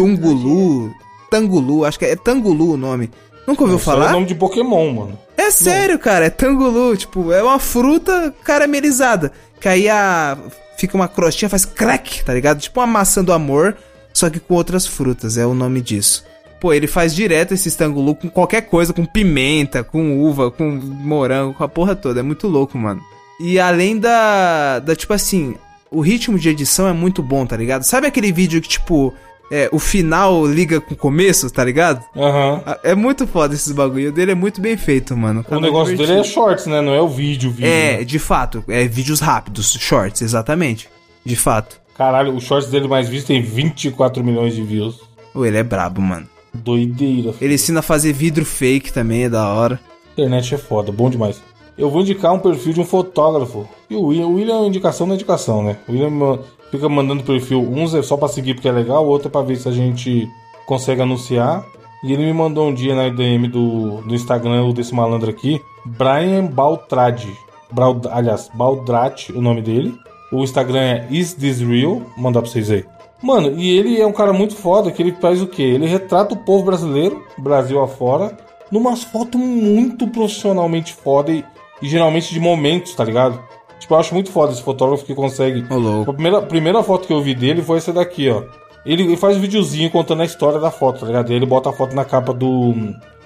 S3: Tungulu. Tangulu, acho que é, Tangulu o nome. Nunca ouviu
S1: Isso aí
S3: falar?
S1: É o nome de Pokémon, mano.
S3: É sério, cara, é Tangulu. Tipo, é uma fruta caramelizada. Que aí a. Fica uma crostinha, faz crack, tá ligado? Tipo uma maçã do amor, só que com outras frutas, é o nome disso. Pô, ele faz direto esse Tangulu com qualquer coisa, com pimenta, com uva, com morango, com a porra toda. É muito louco, mano. E além da. da tipo assim, o ritmo de edição é muito bom, tá ligado? Sabe aquele vídeo que, tipo, é, o final liga com o começo, tá ligado?
S1: Aham.
S3: Ah, É muito foda esses bagulho. O dele é muito bem feito, mano.
S1: O negócio dele é shorts, né? Não é o vídeo, o vídeo.
S3: É, de fato. É vídeos rápidos, shorts, exatamente. De fato.
S1: Caralho, o shorts dele mais visto tem 24 milhões de views.
S3: Ô, ele é brabo, mano.
S1: Doideira. filho.
S3: Ele ensina a fazer vidro fake também, é da hora.
S1: Internet é foda, bom demais. Eu vou indicar um perfil de um fotógrafo. E o William, o William é uma indicação da indicação, né? O William ma- fica mandando perfil. Uns é só pra seguir porque é legal, outro é pra ver se a gente consegue anunciar. E ele me mandou um dia na IDM do, do Instagram o desse malandro aqui, Brian Baltrade. Braud- aliás, Baldrate, o nome dele. O Instagram é Is This Real? Vou mandar pra vocês aí. Mano, e ele é um cara muito foda que ele faz o quê? Ele retrata o povo brasileiro, Brasil afora, numas fotos muito profissionalmente foda e, e geralmente de momentos, tá ligado? Tipo, eu acho muito foda esse fotógrafo que consegue.
S3: Ô, louco.
S1: A primeira, a primeira foto que eu vi dele foi essa daqui, ó. Ele, ele faz um videozinho contando a história da foto, tá ligado? E ele bota a foto na capa do,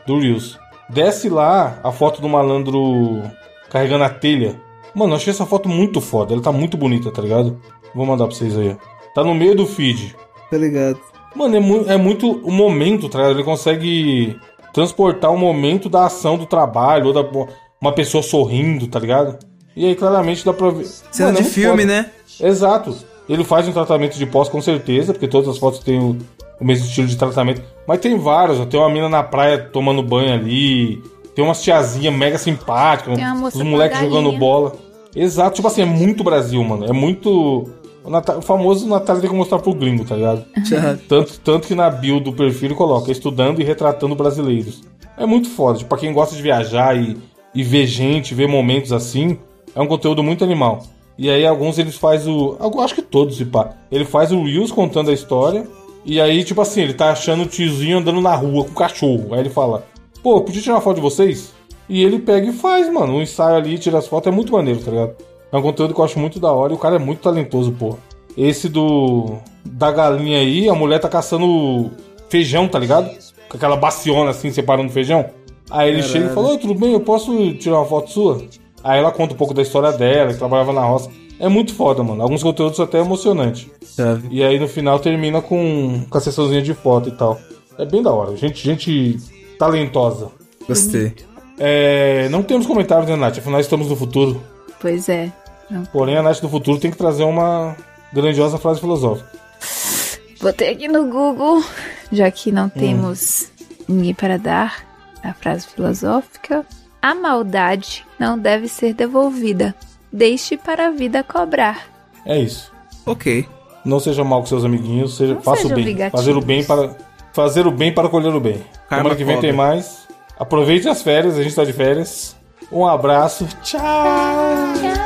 S1: do Reels. Desce lá a foto do malandro carregando a telha. Mano, eu achei essa foto muito foda. Ela tá muito bonita, tá ligado? Vou mandar pra vocês aí, ó. Tá no meio do feed.
S3: Tá ligado?
S1: Mano, é, mu- é muito o momento, tá ligado? Ele consegue transportar o momento da ação do trabalho, ou da uma pessoa sorrindo, tá ligado? E aí claramente dá pra ver. Mano,
S3: Cena
S1: é
S3: de
S1: muito
S3: filme,
S1: foda.
S3: né?
S1: Exato. Ele faz um tratamento de pós com certeza, porque todas as fotos têm o, o mesmo estilo de tratamento. Mas tem vários, ó. tem uma mina na praia tomando banho ali, tem umas tiazinha mega simpática,
S2: Tem uma moça
S1: os
S2: com
S1: moleques
S2: galinha.
S1: jogando bola. Exato, tipo assim, é muito Brasil, mano. É muito. O, Natal- o famoso Natália tem que mostrar pro gringo, tá ligado?
S3: Tchau.
S1: Tanto, tanto que na bio do perfil ele coloca estudando e retratando brasileiros. É muito foda. Tipo, pra quem gosta de viajar e, e ver gente, ver momentos assim, é um conteúdo muito animal. E aí alguns eles faz o. algu- Acho que todos, se pá. Ele faz o Reels contando a história. E aí, tipo assim, ele tá achando o tiozinho andando na rua com o cachorro. Aí ele fala: Pô, eu podia tirar uma foto de vocês? E ele pega e faz, mano. Um ensaio ali, tira as fotos, é muito maneiro, tá ligado? É um conteúdo que eu acho muito da hora e o cara é muito talentoso, porra. Esse do. Da galinha aí, a mulher tá caçando feijão, tá ligado? Com aquela baciona assim, separando feijão. Aí ele chega e fala: Oi, tudo bem, eu posso tirar uma foto sua? Aí ela conta um pouco da história dela, que trabalhava na roça. É muito foda, mano. Alguns conteúdos são até emocionante.
S3: Chave.
S1: E aí no final termina com, com a sessãozinha de foto e tal. É bem da hora. Gente, gente talentosa.
S3: Gostei.
S1: É, não temos comentários, né, Nath? Afinal, estamos no futuro.
S2: Pois é.
S1: Porém, a Nath do futuro tem que trazer uma grandiosa frase filosófica.
S2: Botei aqui no Google, já que não temos ninguém para dar a frase filosófica. A maldade não deve ser devolvida. Deixe para a vida cobrar.
S1: É isso.
S3: Ok.
S1: Não seja mal com seus amiguinhos, seja,
S2: Não
S1: faça
S2: seja
S1: o bem.
S2: obrigativo.
S1: Fazer o bem para fazer o bem para colher o bem.
S3: Karma
S1: Semana que vem
S3: cobra.
S1: tem mais. Aproveite as férias, a gente tá de férias. Um abraço. Tchau.